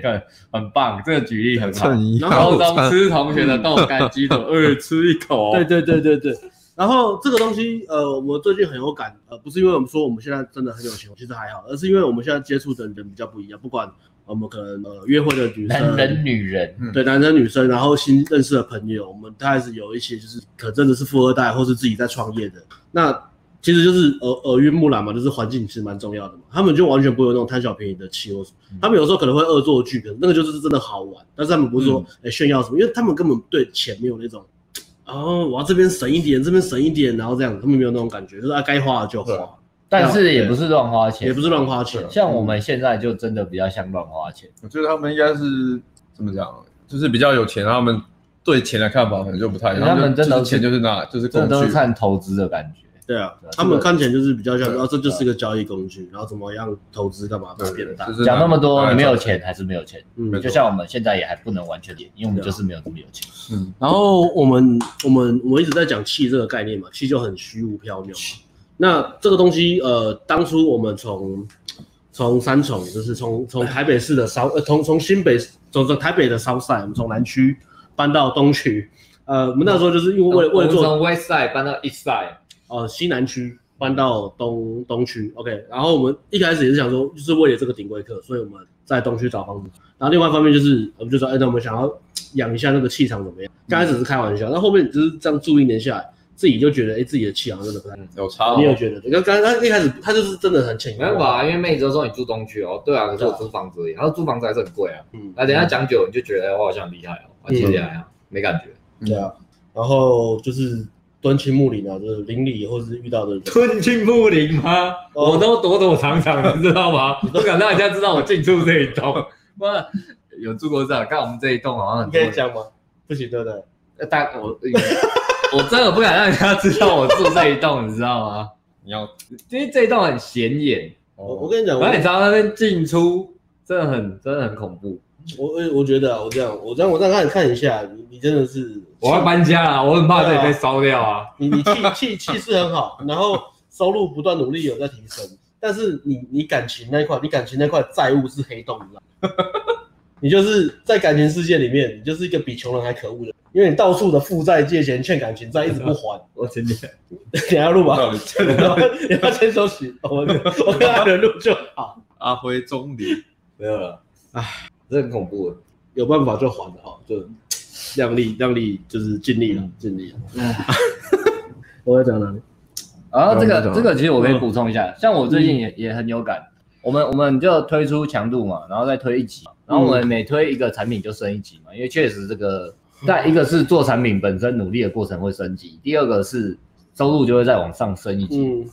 B: 很很棒，这个举例很好。
C: 一
A: 然
B: 高
A: 后
B: 中吃同学的豆干鸡 (laughs) 腿，呃，吃一口。
A: 对对对对对。然后这个东西，呃，我最近很有感，呃，不是因为我们说我们现在真的很有钱，其实还好，而是因为我们现在接触的人比较不一样，不管我们可能呃约会的女
B: 男
A: 生、
B: 人、女人，
A: 对男生女生，然后新认识的朋友，我们开始有一些就是可真的是富二代，或是自己在创业的，那其实就是耳耳濡目染嘛，就是环境其实蛮重要的嘛。他们就完全不会有那种贪小便宜的气或什么，他们有时候可能会恶作剧，可能那个就是真的好玩，但是他们不是说哎、诶炫耀什么，因为他们根本对钱没有那种。哦，我要这边省一点，这边省一点，然后这样，他们没有那种感觉，就是啊，该花的就
C: 对
A: 花，
B: 但是也不是乱花钱，
A: 也不是乱花钱。
B: 像我们现在就真的比较像乱花钱。
C: 我觉得他们应该是怎么讲，就是比较有钱，他们对钱的看法可能就不太一样。
B: 他们真的
C: 就是钱就是那，就是
B: 这
C: 工
B: 都是
C: 具。
B: 看投资的感觉。
A: 对啊
B: 对啊，
A: 他们看钱就是比较像，
C: 对
A: 然后这就是一个交易工具，然后怎么样投资干嘛把它变大
C: 就。是
B: 讲那么多，
C: 拿来
B: 你没
C: 赚
B: 有钱还是没有钱。
A: 嗯
C: 没错
B: 就像我们现在也还不能完全演，因为我们就是没有这么有钱。
C: 嗯，
A: 然后我们我们我们一直在讲气这个概念嘛，气就很虚无缥缈嘛。那这个东西，呃，当初我们从从三重，就是从从台北市的烧，呃，从从新北，从从台北的烧赛，我们从南区搬到东区，呃，我们那时候就是因为为了为了做
B: 啊哦从 West Side 搬到 East Side，
A: 呃西南区搬到东东区，OK。然后我们一开始也是想说，就是为了这个顶规客，所以我们在东区找房子。然后另外一方面就是，我们就说，哎，那我们想要嘖养一下那个气场怎么样？刚开始是开玩笑，那后面只是这样住一年下来，自己就觉得，哎、自己的气好像真的不太。
C: 有差、哦
A: 你。有觉得？刚刚刚一开始他就是真的很浅。
B: 没办法、啊，因为妹子都说你住东区哦，对啊，可是我租房子而已，然后租房子还是很贵啊。
A: 嗯，
B: 那等一下讲久，你就觉得哎我好像很厉害哦，我接下来啊，没感觉。
A: 对啊。然后就是敦亲睦邻啊，就是邻里或是遇到的人，
B: 吞进木林吗？
A: 哦
B: 我都躲躲藏藏，你知道 (laughs) 吗？不敢让人家知道我进出这一栋。不然，有住过这样，看我们这一栋好像很
A: (laughs) 你
B: 多
A: 可以
B: 人。
A: 讲吗？不行，对不对？
B: 呃大我 (laughs) 我真的不敢让人家知道我住这一栋，你知道吗？
C: 你要哦
B: 因为这一栋很显眼，
A: 我我跟你讲，
B: 然
A: 我
B: 后你常常在那边进出，真的很真的很恐怖。
A: 我我我觉得啊，我这样，我这样，我让看你看一下，你你真的是，
B: 我要搬家了，我很怕这里被烧掉啊。
A: 你你气气气势很好，然后收入不断努力有在提升，但是你你感情那一块，你感情那块债务是黑洞，你知道吗？ (laughs) 你就是在感情世界里面，你就是一个比穷人还可恶的人，因为你到处的负债、借钱、欠感情债，一直不还。
B: (laughs) 我今天
A: (laughs) 你要录吧？
B: (laughs)
C: 到底
A: 你要先休息，我们我跟阿伦录就好，
C: 阿辉中离，
B: 没有了，唉，啊这很恐怖。
A: 有办法就还的哈，就量力量力，就是尽力
B: 嗯
A: 了，尽
B: (laughs)
A: 力了。我要讲哪里？
B: 然后这
C: 对对
B: 个
C: 对
B: 这个其实我可以补充一下，像我最近也也很有感，我们我们就推出强度嘛，然后再推一集嘛，然后我们每推一个产品就升一级嘛，因为确实这个，但一个是做产品本身努力的过程会升级，第二个是收入就会再往上升一级，
A: 嗯，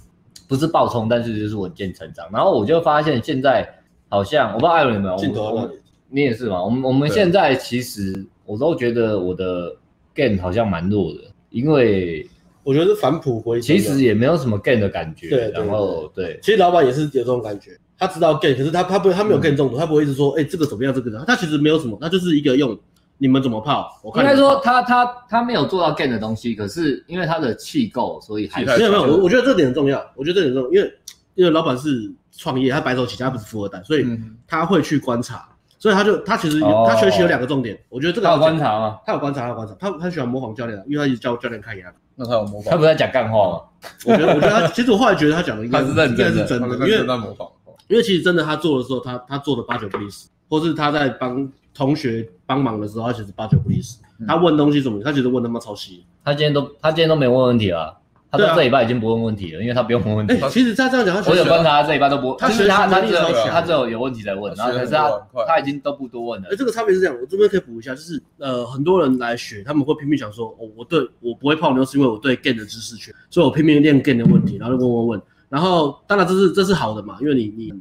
B: 不是暴冲，但是就是稳健成长。然后我就发现现在好像我不知道艾伦有没有，我
A: 镜
B: 们
A: 头
B: 我
A: 在哪
B: 们
A: 里？
B: 你也是嘛？我们我们
C: 对
B: 现在其实我都觉得我的 gain 好像蛮弱的，因为
A: 我觉得是返璞归真
B: 其
A: 啊。
B: 实也没有什么 gain 的感觉。
A: 对对
B: 然后对，
A: 其实老板也是有这种感觉，他知道 gay，可是他他不他没有 gay 中毒，他不会一直说，
B: 嗯
A: 哎、这个怎么样，这个怎么样，他其实没有什么，他就是一个用你们怎么泡，我
B: 应
A: 看你
B: 该
A: 们
B: 说他他他没有做到 gain 的东西，可是因为他的气够，所以还
C: 气太
A: 没有没有，
C: 就是
A: 我我觉得这点很重要，我觉得这点很重要，因为因为老板是创业，他白手起家，他不是富二代，所以
C: 嗯，
A: 他会去观察，所以他就他其实有、
B: 哦
A: 他学习有两个重点，我觉得这个
B: 他有观，察吗？
A: 他有观察，他有观察，他他喜欢模仿教练啊，因为他一直教教练看牙，
C: 那他有模
B: 他
C: 仿
B: 不，是在讲干话吗？
A: 我觉得我觉得他 (laughs) 其实我后来觉得他讲的应该
C: 他是认
A: 应该
C: 真
A: 是
C: 的，
A: 真
C: 他
A: 的，
C: 是
A: 因为
C: 认真在模仿。哦
A: 因为其实真的他做的时候，他他做的八九不离十，或是他在帮同学帮忙的时候，他其实八九不离十。
C: 嗯
A: 他问东西什么，他觉得问他妈超细。
B: 他今天都他今天都没问问题了，他
A: 对
B: 到
A: 啊
B: 这礼拜已经不问问题了，因为他不用问问题
C: 嗯
A: 哎、。其实他这样讲，他
B: 我
A: 学
B: 有
A: 习
B: 观察，他这一半都不，
A: 他
B: 就是
A: 学习
B: 他他
A: 能力
B: 只有
C: 超强
B: 他只有有问题才问，然后可是
C: 学得
B: 他
C: 很快
B: 他已经都不多问了
A: 哎、。这个差别是这样，我这边可以补一下，就是呃，很多人来学，他们会拼命想说，哦，我对我不会泡妞是因为我对 gay 的知识缺，所以我拼命练 gay 的问题，然后就问问问，然后当然这是这是好的嘛，因为你你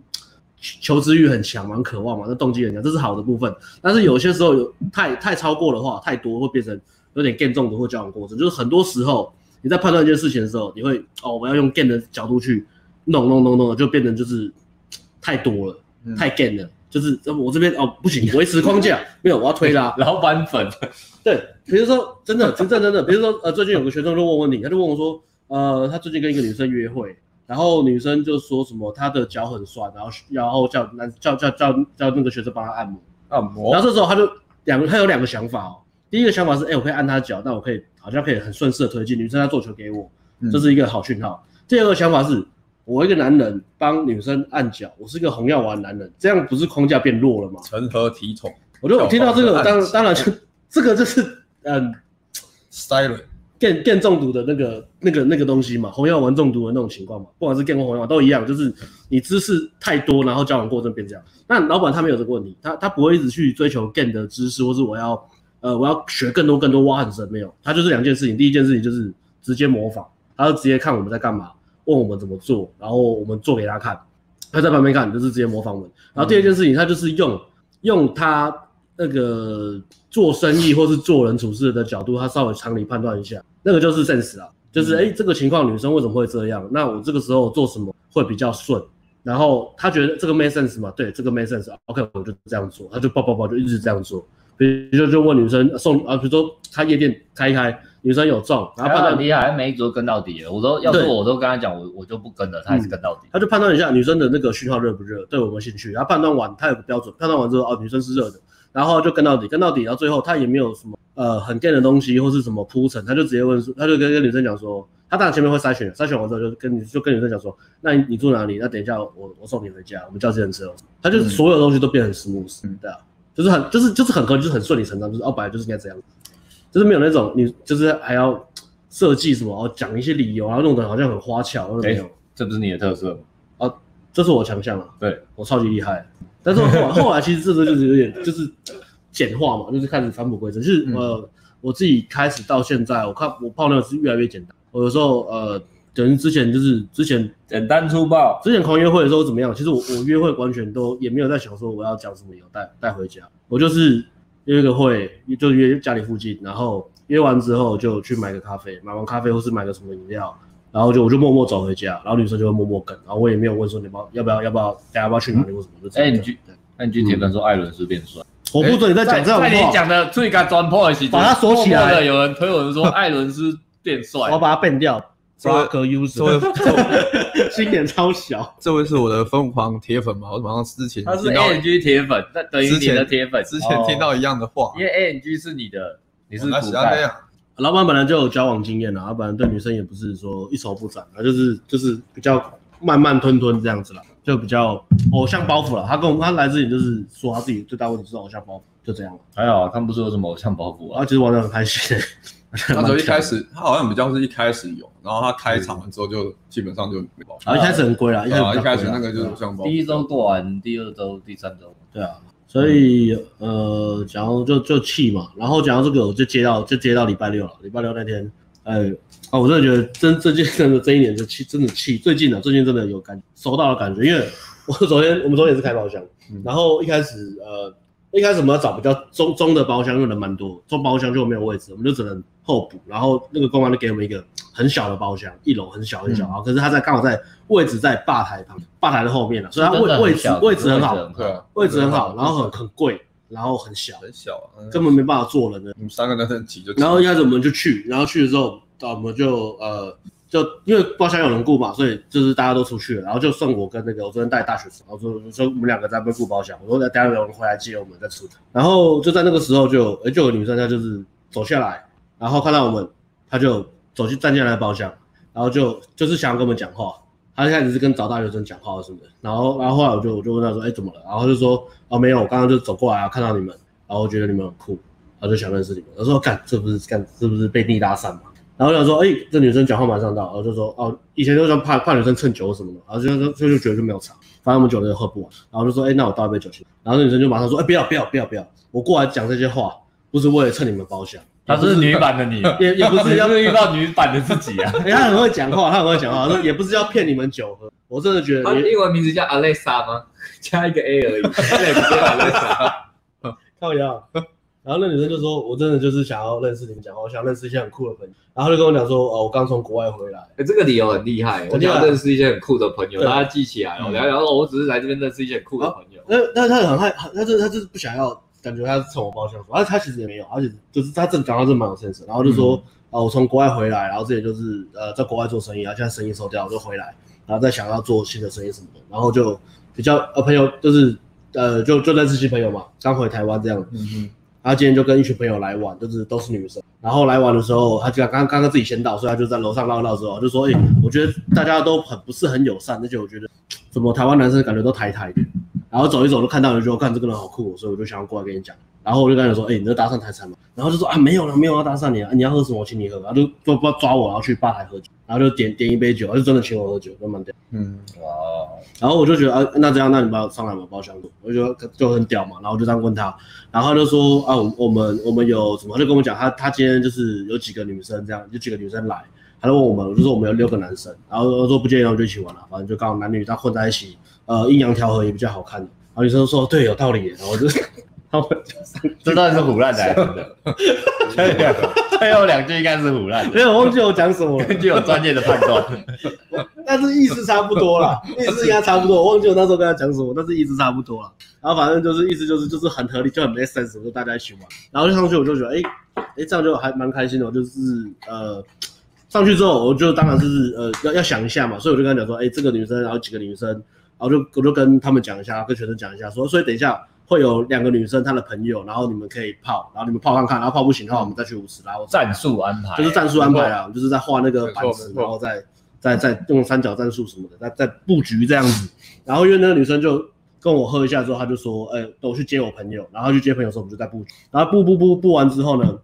A: 求知欲很强嘛，很渴望嘛，那动机很强，这是好的部分。但是有些时候有太太超过的话，太多会变成有点 gay 中毒或交往过程，就是很多时候你在判断一件事情的时候，你会哦，我要用 gay 的角度去弄弄弄弄，就变成就是太多了。
C: 嗯
A: 太 gay 了，就是呃我这边哦不行，维持框 (laughs) 架没有，我要推啦。
B: 老板粉，
A: 对，比如说真 (laughs) 的，真的真的，比如说呃，最近有个学生就问问题，他就问我说，呃，他最近跟一个女生约会，然后女生就说什么她的脚很酸，然后然后叫男叫叫叫叫那个学生帮她按摩，
C: 按摩
A: 然，后这时候他就两个他有两个想法哦，第一个想法是，哎、我可以按她脚，那我可以好像可以很顺势的推进，女生她做球给我，
C: 嗯
A: 这是一个好讯号。第二个想法是，我一个男人帮女生按脚，我是一个红药丸男人，这样不是框架变弱了吗？
C: 成何体统
A: 我就听到这个，
C: 跳
A: 当
C: 房
A: 然当然就这个就是嗯
C: ？Silent，
A: 电电中毒的那个那个那个东西嘛，红药丸中毒的那种情况嘛，不管是电或红药丸都一样，就是你知识太多，然后交往过正变这样。那老板他没有这个问题，他他不会一直去追求 gain 的知识，或是我要呃我要学更多更多挖很深没有，他就是两件事情，第一件事情就是直接模仿，他就直接看我们在干嘛，问我们怎么做，然后我们做给他看，他在旁边看就是直接模仿我们。然后第二件事情，他就是用用他那个做生意或是做人处事的角度，他稍微常理判断一下，那个就是 sense 啊，就是哎、诶这个情况女生为什么会这样？那我这个时候做什么会比较顺？然后他觉得这个 make sense 嘛，对，这个 make sense，OK，、我就这样做，他就抱抱抱就一直这样做。比如就就问女生呃送啊，比如说他夜店开一开，女生有中，然后判
B: 他
A: 断
B: 很厉害，每一组都跟到底了。我都要是
A: 对嗯
B: 我都跟他讲，我我就不跟了，他还是跟到底。
A: 他就判断一下女生的那个讯号热不热，对我有没有兴趣，然后判断完他有个标准，判断完之后哦，女生是热的，然后就跟到底，跟到底，然后最后他也没有什么呃很 gay 的东西或是什么铺陈，他就直接问说，他就跟跟女生讲说，他当然前面会筛选，筛选完之后就跟你就跟女生讲说，那你你住哪里？那等一下我我送你回家，我们叫计程车。他就是所有东西都变很 smooth，、
C: 嗯
A: 对啊，就是很就是就是很合，就是很顺理成章，就是哦本来就是应该这样，就是没有那种你就是还要设计什么哦，讲一些理由啊，弄得好像很花俏，那没有，
B: 这不是你的特色吗？
A: 这是我强项啊，
B: 对
A: 我超级厉害。但是我后来后来其实这个就是有点就是简化嘛，就是开始返璞归真。就是、
C: 嗯
A: 呃，我自己开始到现在，我看我泡妞是越来越简单。我有时候呃，等于之前就是之前
B: 简单粗暴，
A: 之前狂约会的时候怎么样？其实我我约会完全都也没有在想说我要讲什么理由带带回家，我就是约个会，就约家里附近，然后约完之后就去买个咖啡，买完咖啡或是买个什么饮料，然后就我就默默走回家，然后女生就会默默跟，然后我也没有问说你要不要要不要要不要大家要不要去哪里或什么，就直接
B: 哎你
A: 走
B: 去
A: 对
B: 那你去铁粉说艾伦是变帅，
A: 我不准你再嗯讲这种
B: 在你
A: 话，
B: 讲的最敢钻破的时候，
A: 把它锁起来哦
B: 默默地有人推我说艾伦是变帅
A: 我，要把它变掉。
C: 所以
A: Block
C: 这位
A: user，
C: 这
A: (laughs)
C: 位
A: 心眼超小，
C: 这位是我的疯狂铁粉嘛？我马上之前
B: 他是
C: 听到
B: ANG 铁粉，那等于
C: 之
B: 你
C: 前
B: 的铁粉，
C: 之前听到一样的话
B: 哦，，因为 ANG 是你的，你是
C: 我哪
B: 古
C: 喜哦欢那
B: 代，
C: 样，
A: 老板本来就有交往经验啦，啊老板对女生也不是说一筹不展，他就是就是比较慢慢吞吞这样子啦，就比较偶像包袱了。他跟我们他来之前就是说他自己最大问题是偶像包袱，就这样了。
B: 还好啊看不出有什么偶像包袱
A: 然
B: 啊
A: 后。其实玩的很开心、欸，
C: 他只有一开始，他好像比较是一开始有，然后他开场完之后就基本上就没有。
A: 然后一开始很贵啦，一
C: 对啊，一
A: 开
C: 开
A: 始
C: 始
A: 比较
C: 那
A: 贵啦
C: 个就是偶
A: 哦
C: 像包
B: 第
C: 袱，
B: 一周过完，第二周、第三周，
A: 对啊，所以呃，讲到就就气嘛，然后讲到这个，我就接到就接到礼拜六了，礼拜六那天，呃，啊，我真的觉得真最近真的这一年就气，真的气，最近啊，最近真的有感收到了感觉，因为我昨天我们昨天也是开包厢，
C: 嗯
A: 然后一开始呃。一开始我们要找比较中中的包厢，因为人蛮多，中包厢就没有位置，我们就只能候补。然后那个公安就给我们一个很小的包厢，一楼很小很小，
C: 嗯
A: 然后可是他在刚好在位置在吧台旁，吧台的后面了，所以他
B: 真的
A: 啊位位
B: 很
A: 置
B: 小
A: 位置很好，
C: 对啊，
A: 位置很好，然后很很贵，然后很小，
C: 很小啊，
A: 根本没办法坐人的。
C: 你们三个男生挤就
A: 然后一开始我们就去，然后去的时候，啊，我们就呃，就因为包厢有人顾嘛，所以就是大家都出去了，然后就剩我跟那个我昨天带大学生，然后说说我们两个在那边顾包厢，我说等下有人回来接我们再出。然后就在那个时候就，哎，就有女生她就是走下来，然后看到我们，她就走去站下来包厢，然后就就是想要跟我们讲话，他一开始是跟找大学生讲话什么的，然后然后后来我就我就问他说，哎、怎么了？然后他就说，哦没有，我刚刚就走过来啊，看到你们，然后我觉得你们很酷，然后就想认识你们。我说干，这不是干，这不是被逆搭讪吗？然后我想说，哎、这女生讲话蛮上道，然后就说，哦，以前就说怕怕女生蹭酒什么的，然后就就就觉得就没有差，反正我们酒都喝不完，然后就说，哎、那我倒一杯酒去。然后那女生就马上说，哎、不要不要不要不要，我过来讲这些话不是为了蹭你们包厢，
B: 她是女版的你，
A: 也也不
B: (laughs)
A: 是要
B: 要是遇到女版的自己啊。
A: (laughs) 哎、他很会讲话，他很会讲话，他说也不是要骗你们酒喝，我真的觉得
D: 他
A: 你
D: 啊英文名字叫 Alexa 吗？ (laughs) 加一个 A 而已， (laughs) 对，不是 Alexa。
A: (laughs) 靠腰。然后那女生就说：“我真的就是想要认识你们讲话，我想认识一些很酷的朋友。”然后就跟我讲说：“哦，我刚从国外回来。
D: 哎，这个理由很厉害，我
A: 很厉害
D: 想要认识一些很酷的朋友，
A: 对
D: 大家记起来哦。
B: 嗯
D: 聊一聊，哦我只是来这边认识一些很酷的朋友。
A: 那”那他很害，他就是他就是不想要，感觉他是从我包厢出来，而且他其实也没有，而且就是他正讲到这蛮有 sense 的。然后就
C: 嗯
A: 说：“哦，我从国外回来，然后自己就是呃在国外做生意，然后现在生意收掉，我就回来，然后再想要做新的生意什么的。”然后就比较呃朋友就是呃就就认识新朋友嘛，刚回台湾这样。
C: 嗯哼，
A: 然后今天就跟一群朋友来玩，就是都是女生。然后来玩的时候，他就刚刚刚自己先到，所以他就在楼上唠唠之后就说：“哎、我觉得大家都很不是很友善，而且我觉得怎么台湾男生感觉都抬抬的。”嗯然后走一走就看到人，就看这个人好酷，所以我就想要过来跟你讲。然后我就跟他讲说：“哎、你这搭讪台餐嘛？”然后就说：“啊，没有了，没有要搭讪你啊，你要喝什么我请你喝。”然后就就不知道抓我，然后去吧台喝酒，然后就点点一杯酒，他就真的请我喝酒，就蛮屌。
C: 嗯，
B: 哦，
A: 然后我就觉得啊，那这样，那你把我上来嘛，包厢我就觉得就很屌嘛。然后我就这样问他，然后他就说啊，我我们我们有什么？他就跟我讲，他他今天就是有几个女生这样，有几个女生来，他就问我们，我就说我们有六个男生，然后我说不介意，那我们就一起玩了，反正就刚好男女他混在一起，呃，阴阳调和也比较好看。然后女生就说对，有道理耶。然后我就 (laughs) 他们
B: 这当然是胡乱的，真的。
A: (laughs)
B: 最后两句应该是胡乱的，
A: 没有忘记我讲什么了，
B: 根据有专业的判断。
A: (laughs) 但是意思差不多啦，意思应该差不多。我忘记我那时候跟他讲什么，但是意思差不多啦。然后反正就是意思就是就是很合理，就很 make sense，我就大家一起玩。然后就上去我就觉得，哎、哎、这样就还蛮开心的。我就是呃，上去之后我就当然就是呃要要想一下嘛，所以我就跟他讲说，哎、这个女生，然后几个女生，然后就我就跟他们讲一下，跟学生讲一下，说所以等一下。会有两个女生，她的朋友，然后你们可以泡，然后你们泡看看，然后泡不行的话，我们再去舞池，然后再。
B: (laughs) 战术安排
A: 就是战术安排啊，就是在画那个板子
C: 没，错
A: 然后再再再用三角战术什么的，再再布局这样子。然后因为那个女生就跟我喝一下之后，她就说，哎、我去接我朋友，然后去接朋友的时候，我们就在布局。然后布布布布完之后呢，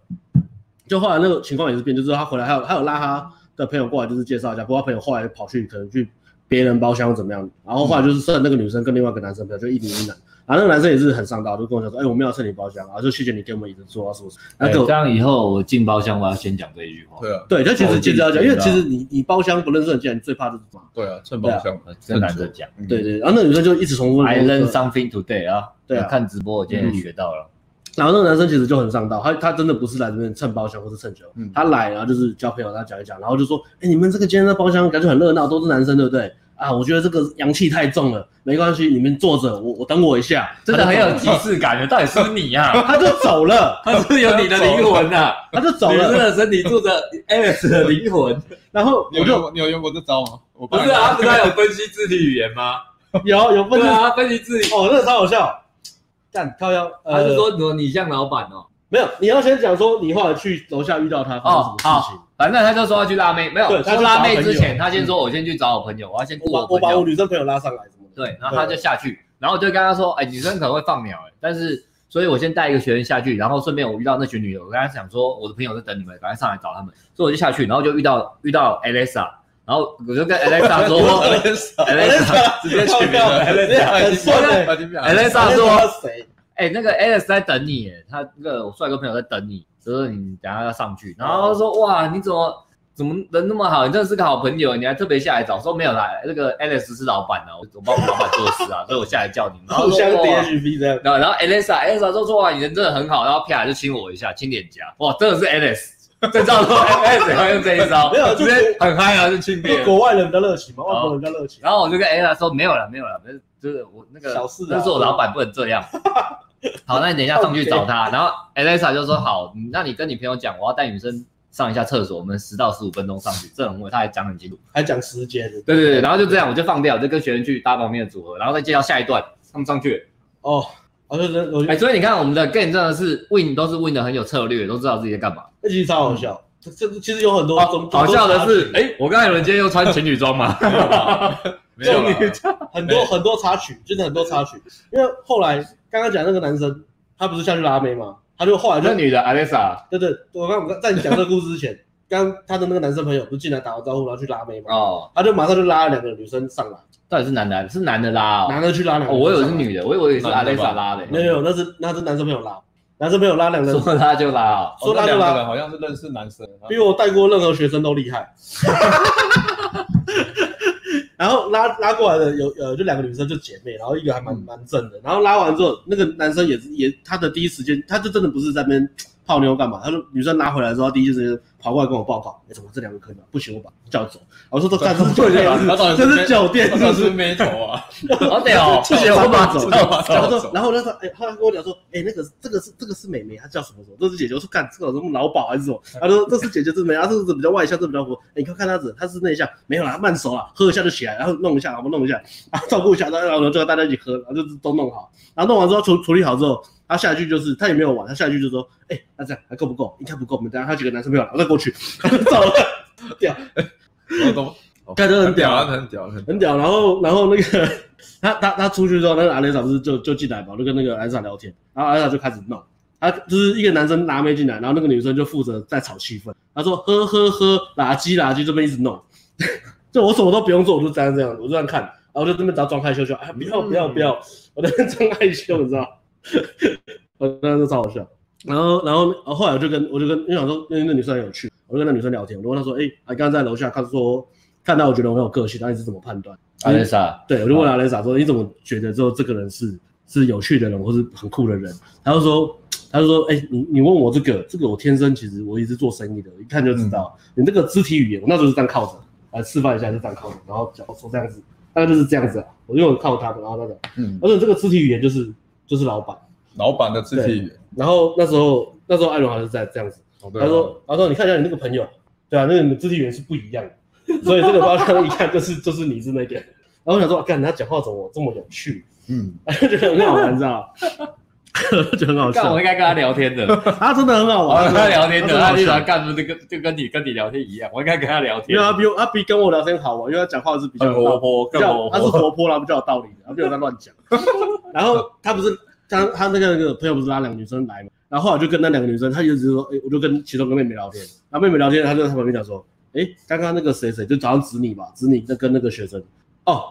A: 就后来那个情况也是变，就是他回来还有还有拉他的朋友过来，就是介绍一下，不过他朋友后来跑去可能去别人包厢或怎么样，然后后来就是剩那个女生跟另外一个男生朋友，就一女一男，然后那个男生也是很上道，就跟我讲说，哎、我们要蹭你包厢，然后就谢谢你给我们椅子坐啊什么什么，然
B: 哎
A: 后给我
B: 这样以后我进包厢，我要先讲这一句话。
C: 对啊，
A: 对，他其实接着要讲，因为
B: 对啊
A: 其实你你包厢不认识人，进来，你最怕就是嘛，
C: 对啊，趁包厢嘛嗯
B: 呃，真难得讲。
C: 趁
A: 对，对，然后那个女生就一直重复
B: I learn something today 啊，
A: 对啊嗯
B: 我看直播我今天也学到了。
A: 然后那个男生其实就很上道，他他真的不是来这边蹭包厢或是蹭酒，
C: 嗯
A: 他来然后就是交朋友，他讲一讲，然后就说，哎、你们这个今天的包厢感觉很热闹，都是男生，对不对？啊，我觉得这个阳气太重了，没关系，你们坐着，我我等我一下，
B: 真的很有
A: 他
B: 既视感的，到底是不是你
A: (laughs)
B: 啊？
A: 就他就走了，
D: 他是有你的灵魂
A: (laughs)
D: 呐、啊，
A: 他就走
D: 女生
A: 了，
D: 的身体住着 Alex 的灵
A: (laughs)
D: 魂。
A: 然后
C: 你
A: 我
C: 有用
A: 就
C: 过你有用过这招吗？我
D: 不是啊，他不是还有分析肢体语言吗？
A: 有有分
D: 对
A: 析，
D: 啊，分析肢体，
A: 哦，那个超好笑，干靠腰，
D: 他
A: 呃，
D: 是说你你像老板哦，
A: 没有，你要先讲说你后来去楼下遇到他发生
B: 哦，
A: 什么事情
B: 好，，反正他就说要去辣妹，没有
A: 对他
B: 说
A: 去
B: 拉
A: 找
B: 妹
A: 朋
B: 之
A: 友
B: 前，他先说我先去找我朋友，我要先顾
A: 我把
B: 朋
A: 我把
B: 友
A: 我。女生朋友拉上来什么的，
B: 对，然后他就下去，然后我就跟他说，哎、女生可能会放鸟、哎，但是，所以我先带一个学生下去，然后顺便我遇到那群女的，我跟他讲说，我的朋友在等你们，赶快上来找他们，所以我就下去，然后就遇到遇到 Alexa，然后我就跟 Alexa 说，Alexa，
C: 直接取名了
A: 啊 (laughs) 很帅欸
B: 大叔
A: 他是谁？
B: 哎、那个 Alex 在等你，哎，他那个我帅哥朋友在等你，就是你等一下要上去，然后他说，哇，你怎么？怎么人那么好？你真的是个好朋友，你还特别下来找。说没有啦，那个 Alex 是老板啊，我我帮我老板做事啊，所 (laughs) 以我下来叫你们。然后
A: 互
B: 说
A: 相
B: 哇
A: DHB 这样。
B: 然后然后 Alexa，Alexa 啊就说哇，你人真的很好，然后啪就亲我一下，亲脸颊，哇，真的是 Alex，这招说 (laughs) Alex 要用这一招，
A: 没有
B: 直
A: 就
B: 接
A: 是
B: 很嗨啊，就亲别
A: 因为
B: 人。
A: 国外人比较热情嘛，外国人比较热情。
B: 然后我就跟 Alexa 说没有了，没有了，就是我那个
A: 小事啊
B: 那是我老板不能这 (laughs) 样。好，那你等一下上去找他，然后 Alexa 就说好，那你跟你朋友讲，我要带女生上一下厕所，我们十到十五分钟上去，这很稳，他还讲很清楚。
A: 还讲时间
B: 对对对，然后就这样，我就放掉，就跟学员去搭旁边的组合，然后再介绍下一段，他们上去了。
A: 哦，我就觉得我觉
B: 哎、
A: 得
B: 所以你看我们的 game 真的是 win 都是 win 的很有策略，都知道自己在干嘛。
A: 那其实超好笑。这这其实有很多中
B: 嗯哦好笑的是，哎、我刚才有人今天又穿情侣装嘛？
C: 没有啦
A: 很多很多插曲，真的很多插曲。因为后来刚刚讲那个男生，他不是下去拉妹嘛，他就后来就
B: 那女的 Alexa
A: 对对，我刚我刚在你讲这个故事之前，刚他的那个男生朋友不是进来打完招呼，然后去拉妹嘛，
B: 哦，
A: 他就马上就拉了两个女生上来，
B: 到底是男的是男的拉哦？
A: 男的去拉两
B: 哦，
A: 个，
B: 我以为是，女的，我以为是 Alexa 拉的、
A: 没有，那是那是男生朋友拉，男生朋友拉两个人，
B: 说拉就拉哦。
A: 说拉就
C: 两个人
A: 拉，
C: 好像是认识男生，
A: (laughs)
C: 啊
A: 比我带过任何学生都厉害。然后拉拉过来的有呃，就两个女生就姐妹，然后一个还蛮蛮正的。然后拉完之后，那个男生也是也他的第一时间，他就真的不是在那边泡妞干嘛，他说女生拉回来之后，他第一时间跑过来跟我报告，哎，怎么这两个可以吗？不行，我把叫走。我说这干这是酒店，这是酒店，
C: 他
A: 这
C: 是
A: 是。
C: 没头啊，
B: 好屌哦，
A: 这
B: (laughs) 谢
A: 是
B: 我
A: 把
B: 把
A: 走
B: 走。
A: 然后说，然后我就说，哎，后来跟我讲说，哎，那个这个是这个是美眉，她叫什么什么，这是姐姐。我说干，这个有什么老鸨还是什么？他说这是姐姐，这是美眉，她这个比较外向，这个比较活。哎你看看她这，她是内向，没有啦，慢熟啊，喝一下就起来，然后弄一下，然后弄一下，然后照顾一下，然后然后就大家一起喝，然后就都弄好。然后弄完之后处处理好之后，他下一句就是他也没有玩，他下一句就说，哎，那这样还够不够？应该不够，我们等下还有几个男生没有来，我再过去，然后就走了，屌，看真的 (laughs) 很屌
C: 很屌
A: 啊
C: 啊，很屌，很
A: 很屌。然后然后那个他他他出去之后，那个阿雷莎不是就就进来嘛，就跟那个阿雷莎聊天，然后阿雷莎就开始闹。他就是一个男生拿妹进来，然后那个女生就负责在炒气氛。他说：“呵呵呵，垃圾垃圾，这边一直弄， (laughs) 就我什么都不用做，我就这样这样，我就这样看，然后我就这边找装害羞，就哎不要不要不要，我在那边装害羞，你知道？我那时候超好笑。然后然后呃后来我就跟我就跟因为想说因为那女生很有趣，我就跟那女生聊天，我就问她说：哎、啊刚刚在楼下，她说看到我觉得我很有个性，那你是怎么判断？
B: Alexa，
A: 对，我就问阿雷莎说：“你怎么觉得之后这个人是是有趣的人，或是很酷的人？”他就说：“他就说，哎、你你问我这个，这个我天生其实我一直做生意的，一看就知道、你这个肢体语言，我那时候是这样靠着，来示范一下是这样靠着，然后脚手这样子，大概就是这样子啊，我就靠他们，然后那个，
C: 嗯，
A: 而且这个肢体语言就是就是老板，
C: 老板的肢体语言，
A: 然后那时候那时候艾伦还是在这样子，
C: 哦对啊
A: 他说他说你看一下你那个朋友，对啊，那个你的肢体语言是不一样的，所以这个包厢一看就是就是你是那个。”然后我想说，啊干、他讲话怎么这么有趣？
C: 嗯，
A: 就觉得很好玩，你知道吗？ (laughs) 就很好
B: 干我
A: 笑
B: 应，该跟他聊 (laughs) 天的，
A: 他真的很好
B: 啊我
A: 玩，
B: 跟他聊天的，他
A: 真
B: 经
A: 的很
B: 常
A: 好笑。
B: 干出这个，就跟你跟你聊天一样，我应该跟他聊
A: 因
B: 天
A: 为。他比我，他比跟我聊天好玩，因为他讲话是比较
C: 呃
A: 有道理
C: 泼，
A: 比较，他是活泼啦，比较有道理的，他没有在乱讲。然后他不是他他那个那个朋友不是拉两个女生来嘛，然后后来就跟那两个女生，她就一直说，哎、我就跟其中一个妹妹聊天，然后妹妹聊天，她就在旁边讲说，哎、刚刚那个谁谁就早上指你吧，指你那跟那个学生，哦，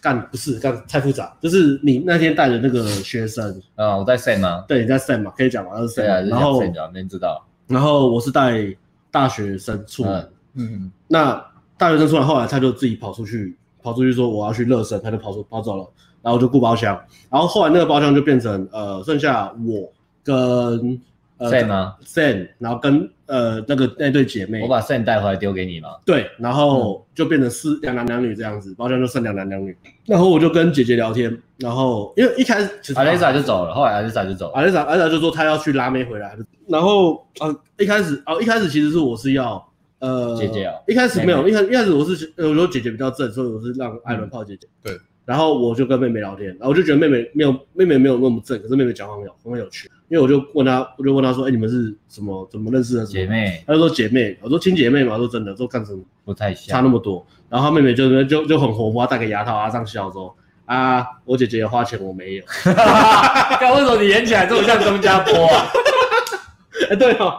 A: 干不是干太复杂，就是你那天带的那个学生，
B: 啊，我在 s a 吗？
A: 对，你在 Sam 嘛，可以讲嘛，他是
B: 对
A: Sam，、
B: 啊，
A: 然
B: 就讲
A: 后
B: Sam 啊，没人知道。
A: 然后我是带大学生出门，
B: 嗯
C: 嗯，
A: (laughs) 那大学生出来，后来他就自己跑出去，跑出去说我要去热身，他就跑出跑走了，然后就顾包厢，然后后来那个包厢就变成呃剩下我跟呃
B: Sam 吗
A: Sam，然后跟呃那个那对姐妹
B: 我，把嗯 Sam 带回来丢给你嘛。
A: 对，然后就变成四两男两女这样子，包厢就剩两男两女，然后我就跟姐姐聊天，然后因为一开始其实
B: 阿雷莎就走了，后来阿雷莎就走了。
A: 阿丽莎，阿丽莎就说她要去拉妹回来，然后呃一开始哦一开始其实是我是要呃
B: 姐姐哦
A: 一开始没有，
B: 妹妹
A: 一开一开始我是呃我说姐姐比较正，所以我是让艾伦泡姐姐。
C: 对，
A: 然后我就跟妹妹聊天，然后我就觉得妹妹没有妹妹没有那么正，可是妹妹讲话很有很有趣，因为我就问她，我就问她说，哎、你们是什么怎么认识的？
B: 姐，妹
A: 她就说姐妹，我说亲姐妹嘛，我说真的，说干什么？
B: 不太
A: 差
B: (laughs) 像，
A: 那么多。然后他妹妹就就就很活泼，戴个牙套啊，上洗澡说啊，我姐姐有花钱，我没有。
B: 但为什么你演起来这么像钟家坡啊？
A: 哎、对哦，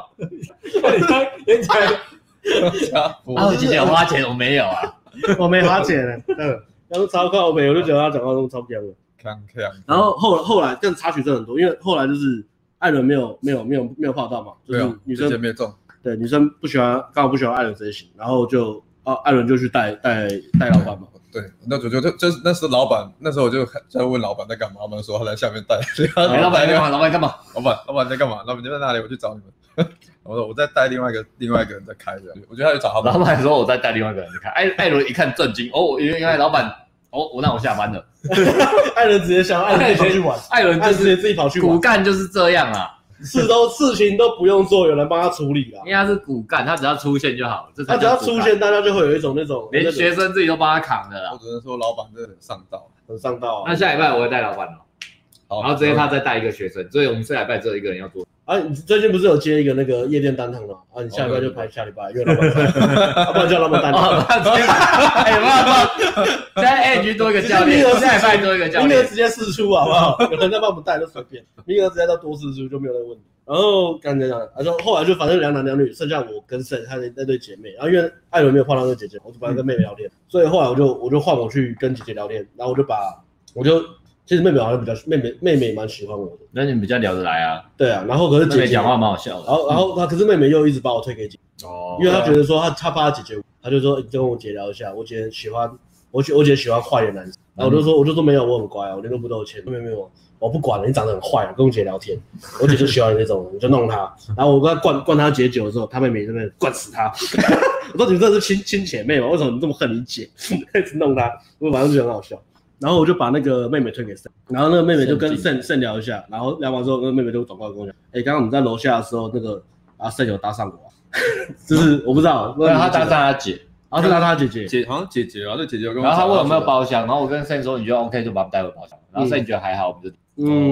D: 演起来
B: 啊， (laughs) 我姐
C: (laughs)
B: 姐有花钱，我没有啊。
A: 我没花钱、嗯，然后超靠北，我就觉得他讲话都超不的。
C: 锵锵，
A: 然后后后来更插曲真的很多，因为后来就是艾伦没有没有没有没有泡到嘛，就
C: 对
A: 是
C: 啊，
A: 女
C: 姐姐
A: 生
C: 没中，
A: 对女生不喜欢，刚好不喜欢艾伦这一型，然后就啊艾伦就去带带带老板嘛，
C: 对，那就就就就是那时候老板，那时候我就在问老板在干嘛，他们说他在下面
A: (laughs)
C: 带，
B: 哎，老板在干嘛？老板在干嘛？
C: 老板，老板在干嘛？老板你们在哪里？我去找你们。 (laughs) 我说我在带另外一个另外一个人在开的，我觉得他去找他
B: 老
C: 们。
B: 板说我再带另外一个人去看。艾艾伦一看震惊，哦，原原来老板，哦，我那我下班了。
A: (laughs) 艾伦直接想艾伦跑去 (laughs) 玩，
B: 艾伦
A: 艾
B: 就
A: 伦直接
B: 是
A: 自己跑去
B: 骨
A: 玩，
B: 干就是这样啊，
A: 事都事情都不用做，有人帮他处理啦
B: 因。为他是骨干，他只要出现就好了。这才
A: 他只
B: 叫
A: 要
B: 骨干
A: 出，现，大家就会有一种那种
B: 连
A: 那种
B: 学生自己都帮他扛的
C: 我
B: 啦。
C: 只能说老板真的很上道。
A: 很上道
B: 那
A: 啊。
B: 下礼拜我会带老板了，
A: 哦
C: 好
B: 然后直接他再带一个学生，所以我们这礼拜只有一个人要做。
A: 啊，你最近不是有接一个那个夜店单堂吗？啊，你下礼拜就排下礼拜，因为老板
B: (laughs)
A: 在，要不然叫老板单堂。
B: 哦，那直接哎，不
A: (laughs)
B: 要不要，现在 A 局多一个教练，下礼拜多一个教
A: 名额
B: 练。
A: 直接试出好不好？有人在帮我们带就随便，名额直接到多试出就没有那个问题。然后刚才讲，然后后来就反正两男两女，剩下我跟剩他的那对姐妹。然后因为艾伦没有换到那个姐姐，我就本来跟妹妹聊天，所以后来我就我就换我去跟姐姐聊天，然后我就把我就其实妹妹好像比较妹妹妹妹蛮喜欢我的，
B: 那你们比较聊得来啊，
A: 对啊。然后可是
B: 这
A: 姐
B: 边
A: 姐
B: 讲话，蛮好笑的。
A: 然后然后她可是妹妹又一直把我推给姐姐，
B: 哦
A: 因为她觉得说她她怕她姐姐，她就说你跟我姐聊一下，我姐喜欢我姐我姐喜欢坏的男生，然后我就说我就说没有，我很乖啊，我连都不都有钱，没有没有，我不管了，你长得很坏啊，跟我姐聊天，我姐就喜欢你那种，我就弄她，然后我跟她灌灌她姐酒的时候，她妹妹在那边灌死她， (laughs) 我说你们这是亲亲姐妹吗？为什么你这么恨你姐？ (laughs) 一直弄她，我晚上就很好笑。然后我就把那个妹妹推给 Sam，然后那个妹妹就跟 Sam Sam 聊一下，然后聊完之后，那个妹妹就转过来跟我讲，哎，刚刚我们在楼下的时候，那个啊 Sam 有搭上我、啊， (laughs) 就是我不知道，
B: 对，他搭上，他姐，
A: 然后啊就搭上她姐姐，
C: 姐好像姐姐啊，对姐姐有跟我
B: 然后他问有没有
C: 包，
B: 包厢，然后我跟 Sam 说你觉得 OK 就把他们带回包厢，然后 Sam 觉得还好，我们就。
A: 嗯，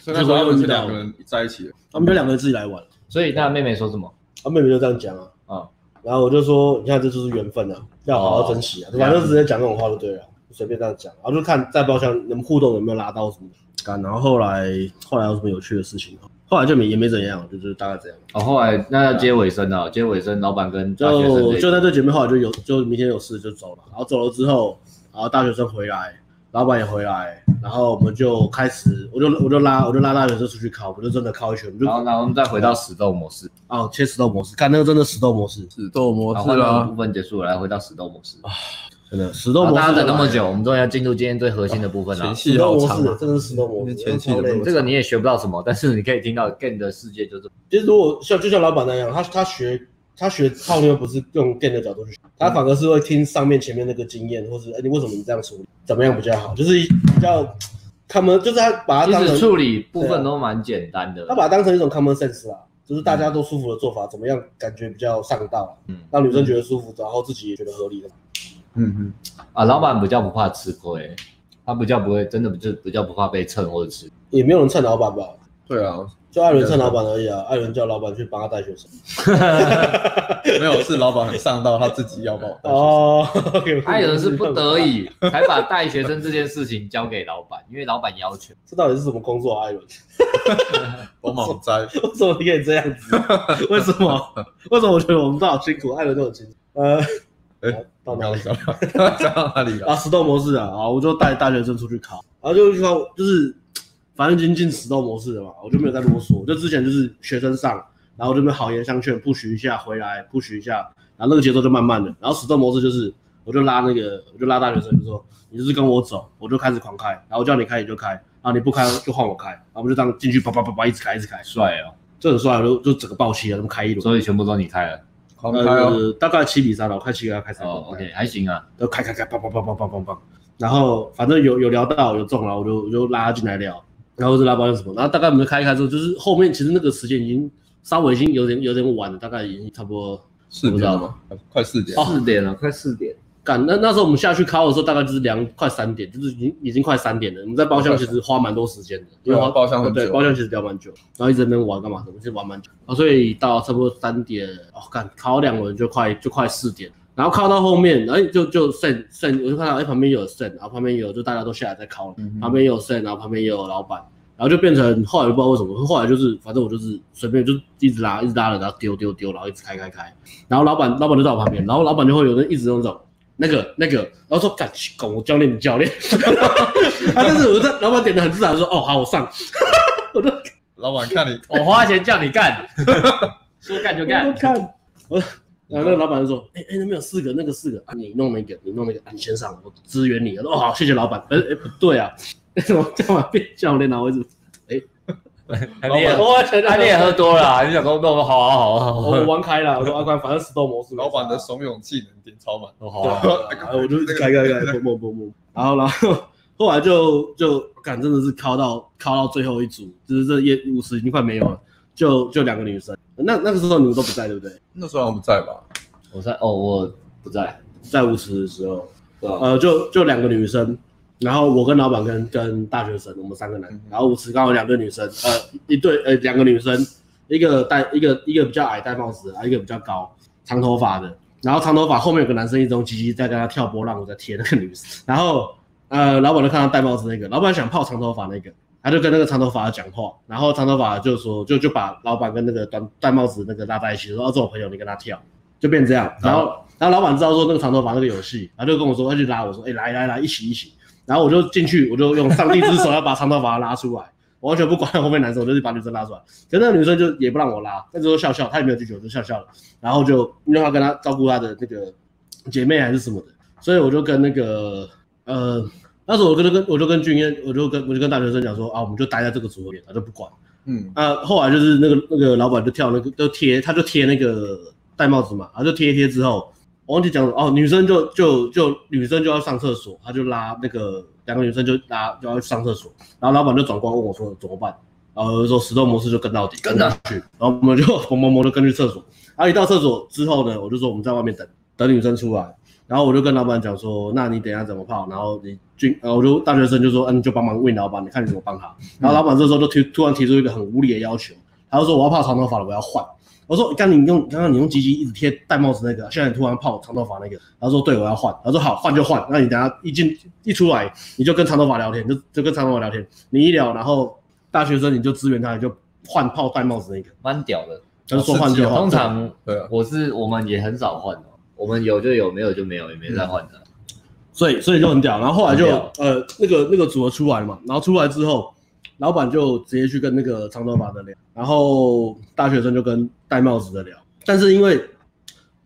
C: 所以那时候他们是两个人在一起的。
A: 他们就两个人自己来玩，
B: 所以那妹妹说什么？
A: 啊，妹妹就这样讲啊，
B: 啊
A: 然后我就说，你看这就是缘分啊，要好好珍惜啊，
B: 哦
A: 反正就直接讲这种话就对了，随便这样讲，然后就看在包厢你们互动有没有拉到什么的干，然后后来后来有什么有趣的事情吗？后来就没也没怎样，就就是大概这样，
B: 哦，后来那要接尾声了，接尾声，老板跟大学生
A: 就
B: 这一
A: 就那对姐妹后来就有就明天有事就走了，然后走了之后，然后大学生回来，老板也回来，然后我们就开始，我就我就拉我就拉大学生出去考，我们就真的考一圈，我们就
B: 然后然后我们再回到死斗模式，
A: 哦切石头模式，看那个真的石头模式，
C: 死斗
A: 哦
C: 模
A: 啊
B: 然后那个部分结束了，来回到死斗模式。
A: 真的石头哦
B: 然后
A: 模式，
B: 大家等那么久，我们终于要进入今天最核心的部分了
C: 前。
A: 石
C: 戏
A: 头
C: 好
A: 模
C: 长
A: 式
C: 啊，
A: 真的是石头模式，
C: 前期
A: 超累
C: 有
A: 的
C: 多
B: 这个你也学不到什么，但是你可以听到 Game 的世界就是
A: 其实如果像就像老板那样，他他学他学泡妞不是用 gay 的角度去学，他反而是会听上面前面那个经验，或是哎、你为什么你这样处理，怎么样比较好，就是比较 common，就是他把它
B: 其
A: 啊当啊
B: 实
A: 成
B: 处理部分都蛮简单的
A: 他。把它当成一种 common sense 啦，就是大家都舒服的做法，怎么样感觉比较上道，啊
B: 嗯
A: 让女生觉得舒服，然后自己也觉得合理的。
C: 嗯嗯，
B: 啊，老板比较不怕吃亏，他比较不会，真的就比较不怕被蹭或者吃。
A: 也没有人蹭老板吧？
C: 对啊，
A: 就艾伦趁老板而已啊，艾伦叫老板去帮他带学生。
C: 没有是老板很上道，他自己要帮我带学
A: 哦，
C: 生。
A: (laughs)
D: 他有的是不得，已才把带学生这件事情交给老板，因为老板要求。
A: 这到底是什么工作啊？艾伦， (laughs)
C: 我莽栽，
A: 为什么你可以这样子？为什么？ (laughs) 为什么我觉得我们都好辛苦，艾伦都很辛苦？呃，
C: 哎
A: 到
C: 我
A: 哪
C: 刚
A: 里
C: 刚？讲到讲到哪里
A: 啊，
C: 了？
A: 石头模式啊，啊，我就带大学生出去考，然后就去考，就是反正已经进石头模式了嘛，我就没有再啰嗦。就之前就是学生上，然后这边好言相劝，push 一下回来，push 一下，然后那个节奏就慢慢的。然后石头模式就是，我就拉那个，我就拉大学生，就说你就是跟我走，我就开始狂开，然后我叫你开你就开，然后你不开就换我开，然后我们就这样进去叭叭叭叭一直开一直开，
B: 帅哦，
A: 这很帅，我就就整个爆气啊，他们开一轮。
B: 所以全部都你开了。
C: 狂开哦！
A: 呃，大概七比三了，我看七个要开三个。
B: 哦，OK，还行啊。
A: 都开开开，砰砰砰砰砰砰砰，然后反正有有聊到有中了，我就我就拉他进来聊，然后就拉保险什么，然后大概我们就开一开之后，就是后面其实那个时间已经稍微已经有点有点晚了，大概已经差不多
C: 四点了吗？快四
A: 哦
C: 点。
D: 四点了，快四点。
A: 干那那时候我们下去敲的时候，大概就是两快三点，就是已经已经快三点了。我们在包厢其实花蛮多时间的，因为花
C: 对啊包厢很久
A: 对包厢其实聊蛮久，然后一直在那边玩干嘛的，我们就玩蛮久啊，所以到差不多三点，哦，干敲两轮就快就快四点，然后敲到后面，然后就就 send send，我就看到哎、旁边有 send，然后旁边有就大家都下来在敲了，
C: 嗯哼
A: 旁边有 send，然后旁边也有老板，然后就变成后来就不知道为什么，后来就是反正我就是随便就一直拉，一直拉了，然后丢丢丢，然后一直开开开，然后老板老板就在我旁边，然后老板就会有人一直用这种那个那个，然后说敢拱我教练你教
C: (laughs)
A: 练，啊，但是我在老板点的很自然说哦好我上，
C: 老板看你，
A: 哦
B: 我花钱叫你干， (laughs) 说干就干
A: 我。看我，然后那个老板就说哎哎、那边有四个那个四个啊你弄那个你弄那个啊你先上我支援你，我说哦好谢谢老板，哎、哎不对啊， (laughs) 怎么干嘛变教练啊我一直
B: 你也，
A: 我完全
B: 啊你也喝多了啊，你想说那我好啊好啊好
A: 哦我
B: 啊
A: 我玩开了，我说阿宽反正死斗模式没啥
C: 老板的怂恿技能点超满。
B: 我好
A: 对
C: (laughs)
B: 啊
A: 啊，然后我就开开开，砰砰砰砰，然后然后后来就就感真的是敲到敲到最后一组，就是这夜五十已经快没有了，就就两个女生，那那个时候你们都不在对不对？
C: 那时候我不在吧？
B: 我在哦，我不在，
A: 在五十的时候，
D: 对啊
A: 呃，就就两个女生，然后我跟老板跟跟大学生，我们三个男
C: 嗯，
A: 然后五十刚好两个女生，呃，一对呃两个女生，一个戴一个一个比较矮戴帽子的，啊一个比较高长头发的，然后长头发后面有个男生一直用鸡鸡在跟他跳波浪舞在贴那个女生， (laughs) 然后呃老板就看他戴帽子那个，老板想泡长头发那个。他就跟那个长头发的讲话，然后长头发就说，就就把老板跟那个短戴帽子那个拉在一起，说：“哦，这我朋友，你跟他跳。”就变这样。然后，然后老板知道说那个长头发那个有戏，然后就跟我说，他就拉我说，哎、来来来，一起一起。然后我就进去，我就用上帝之手要把长头发拉出来，我完全不管后面男生，我就是把女生拉出来。可是那个女生就也不让我拉，那时候笑笑，她也没有拒绝，我就笑笑了。然后就因为她跟她照顾她的那个姐妹还是什么的，所以我就跟那个呃。那时候我跟跟我就跟俊彦，我就跟我就跟大学生讲说啊，我们就待在这个组合里，他就不管。
C: 嗯，
A: 啊，后来就是那个那个老板就跳那个，就贴，他就贴那个戴帽子嘛，他就贴一贴之后，我忘记讲了哦，女生就就就女生就要上厕所，他就拉那个两个女生就拉就要上厕所，然后老板就转过来问我说怎么办，然后我就说石头模式就跟到底，
B: 跟到
A: 去，然后我们就 (laughs) 懵懵懵的跟去厕所，然后一到厕所之后呢，我就说我们在外面等等女生出来。然后我就跟老板讲说，那你等一下怎么泡？然后你俊，呃，我就大学生就说，嗯、你就帮忙问老板，你看你怎么帮他。
B: 嗯
A: 然后老板这时候就提突然提出一个很无理的要求，他就说我要泡长头发了，我要换。我说刚你用刚刚你用鸡鸡一直贴戴帽子那个，现在你突然泡长头发那个，他说对我要换，他说好换就换，那你等下一进一出来你就跟长头发聊天，就就跟长头发聊天，你一聊，然后大学生你就支援他，你就换泡戴帽子那个，
B: 蛮屌的。
A: 他就说换就换。
B: 哦通常
C: 对啊，
B: 我是我们也很少换哦，我们有就有，没有就没有，也没再换的。
A: 所以所以就很屌。然后后来就
B: 很屌
A: 呃那个那个组合出来嘛，然后出来之后，呃老板就直接去跟那个长头发的聊，然后大学生就跟戴帽子的聊。但是因为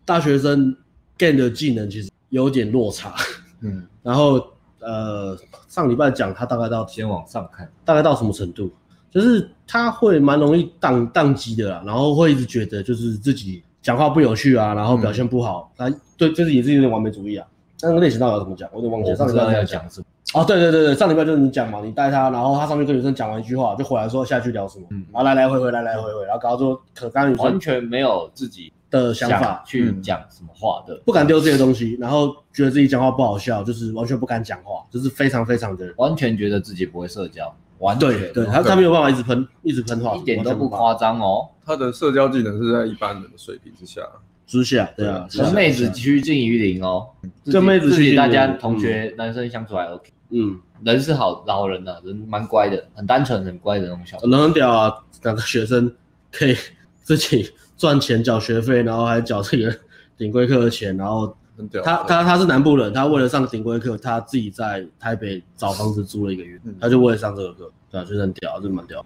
A: 大学生 gain 的技能其实有点落差，
C: 嗯，
A: 然后呃上礼拜讲他大概到
B: 先往上看，
A: 大概到什么程度？就是他会蛮容易宕宕机的啦，然后会一直觉得就是自己讲话不有趣啊，然后表现不好，他、对就是也是有点完美主义啊。那个类型到底要怎么讲？我有点忘记
B: 我
A: 了。上
B: 不
A: 礼
B: 知
A: 拜
B: 道
A: 这
B: 要
A: 样讲。
B: 讲什么。
A: 哦，对对对对，上礼拜就是你讲嘛，你带他，然后他上去跟女生讲完一句话，就回来说下去聊什么，
B: 嗯
A: 然后来来回回来来回回，然后搞到最后可能刚刚女
B: 完
A: 生
B: 全没有自己
A: 的想法，
B: 去讲什么话的，
A: 不敢丢这些东西，然后觉得自己讲话不好笑，就是完全不敢讲话，就是非常非常的
B: 完全觉得自己不会社交，
E: 完全
A: 对对，他他没有办法一直喷，一直喷话题，
E: 一点都
A: 完全
E: 不
A: 无法
E: 夸张哦。
C: 他的社交技能是在一般人的水平之下，
A: 之下，对啊，
E: 跟妹子趋近于零哦，自己
A: 跟妹子趋
E: 自
A: 近于
E: 己
A: 零
E: 大家同学男生相处还 OK，
A: 嗯，
E: 人是好老人呐、
B: 啊
E: 人蛮乖的，很单纯很乖的那种小孩。
A: 人很屌啊，两个学生可以自己赚钱缴学费，然后还缴这个顶规课的钱，然后
C: 很屌。
A: 他他他是南部人，他为了上顶规课，他自己在台北找房子租了一个月
C: 嗯，
A: 他就为了上这个课，对啊，就是很屌，真的蛮屌。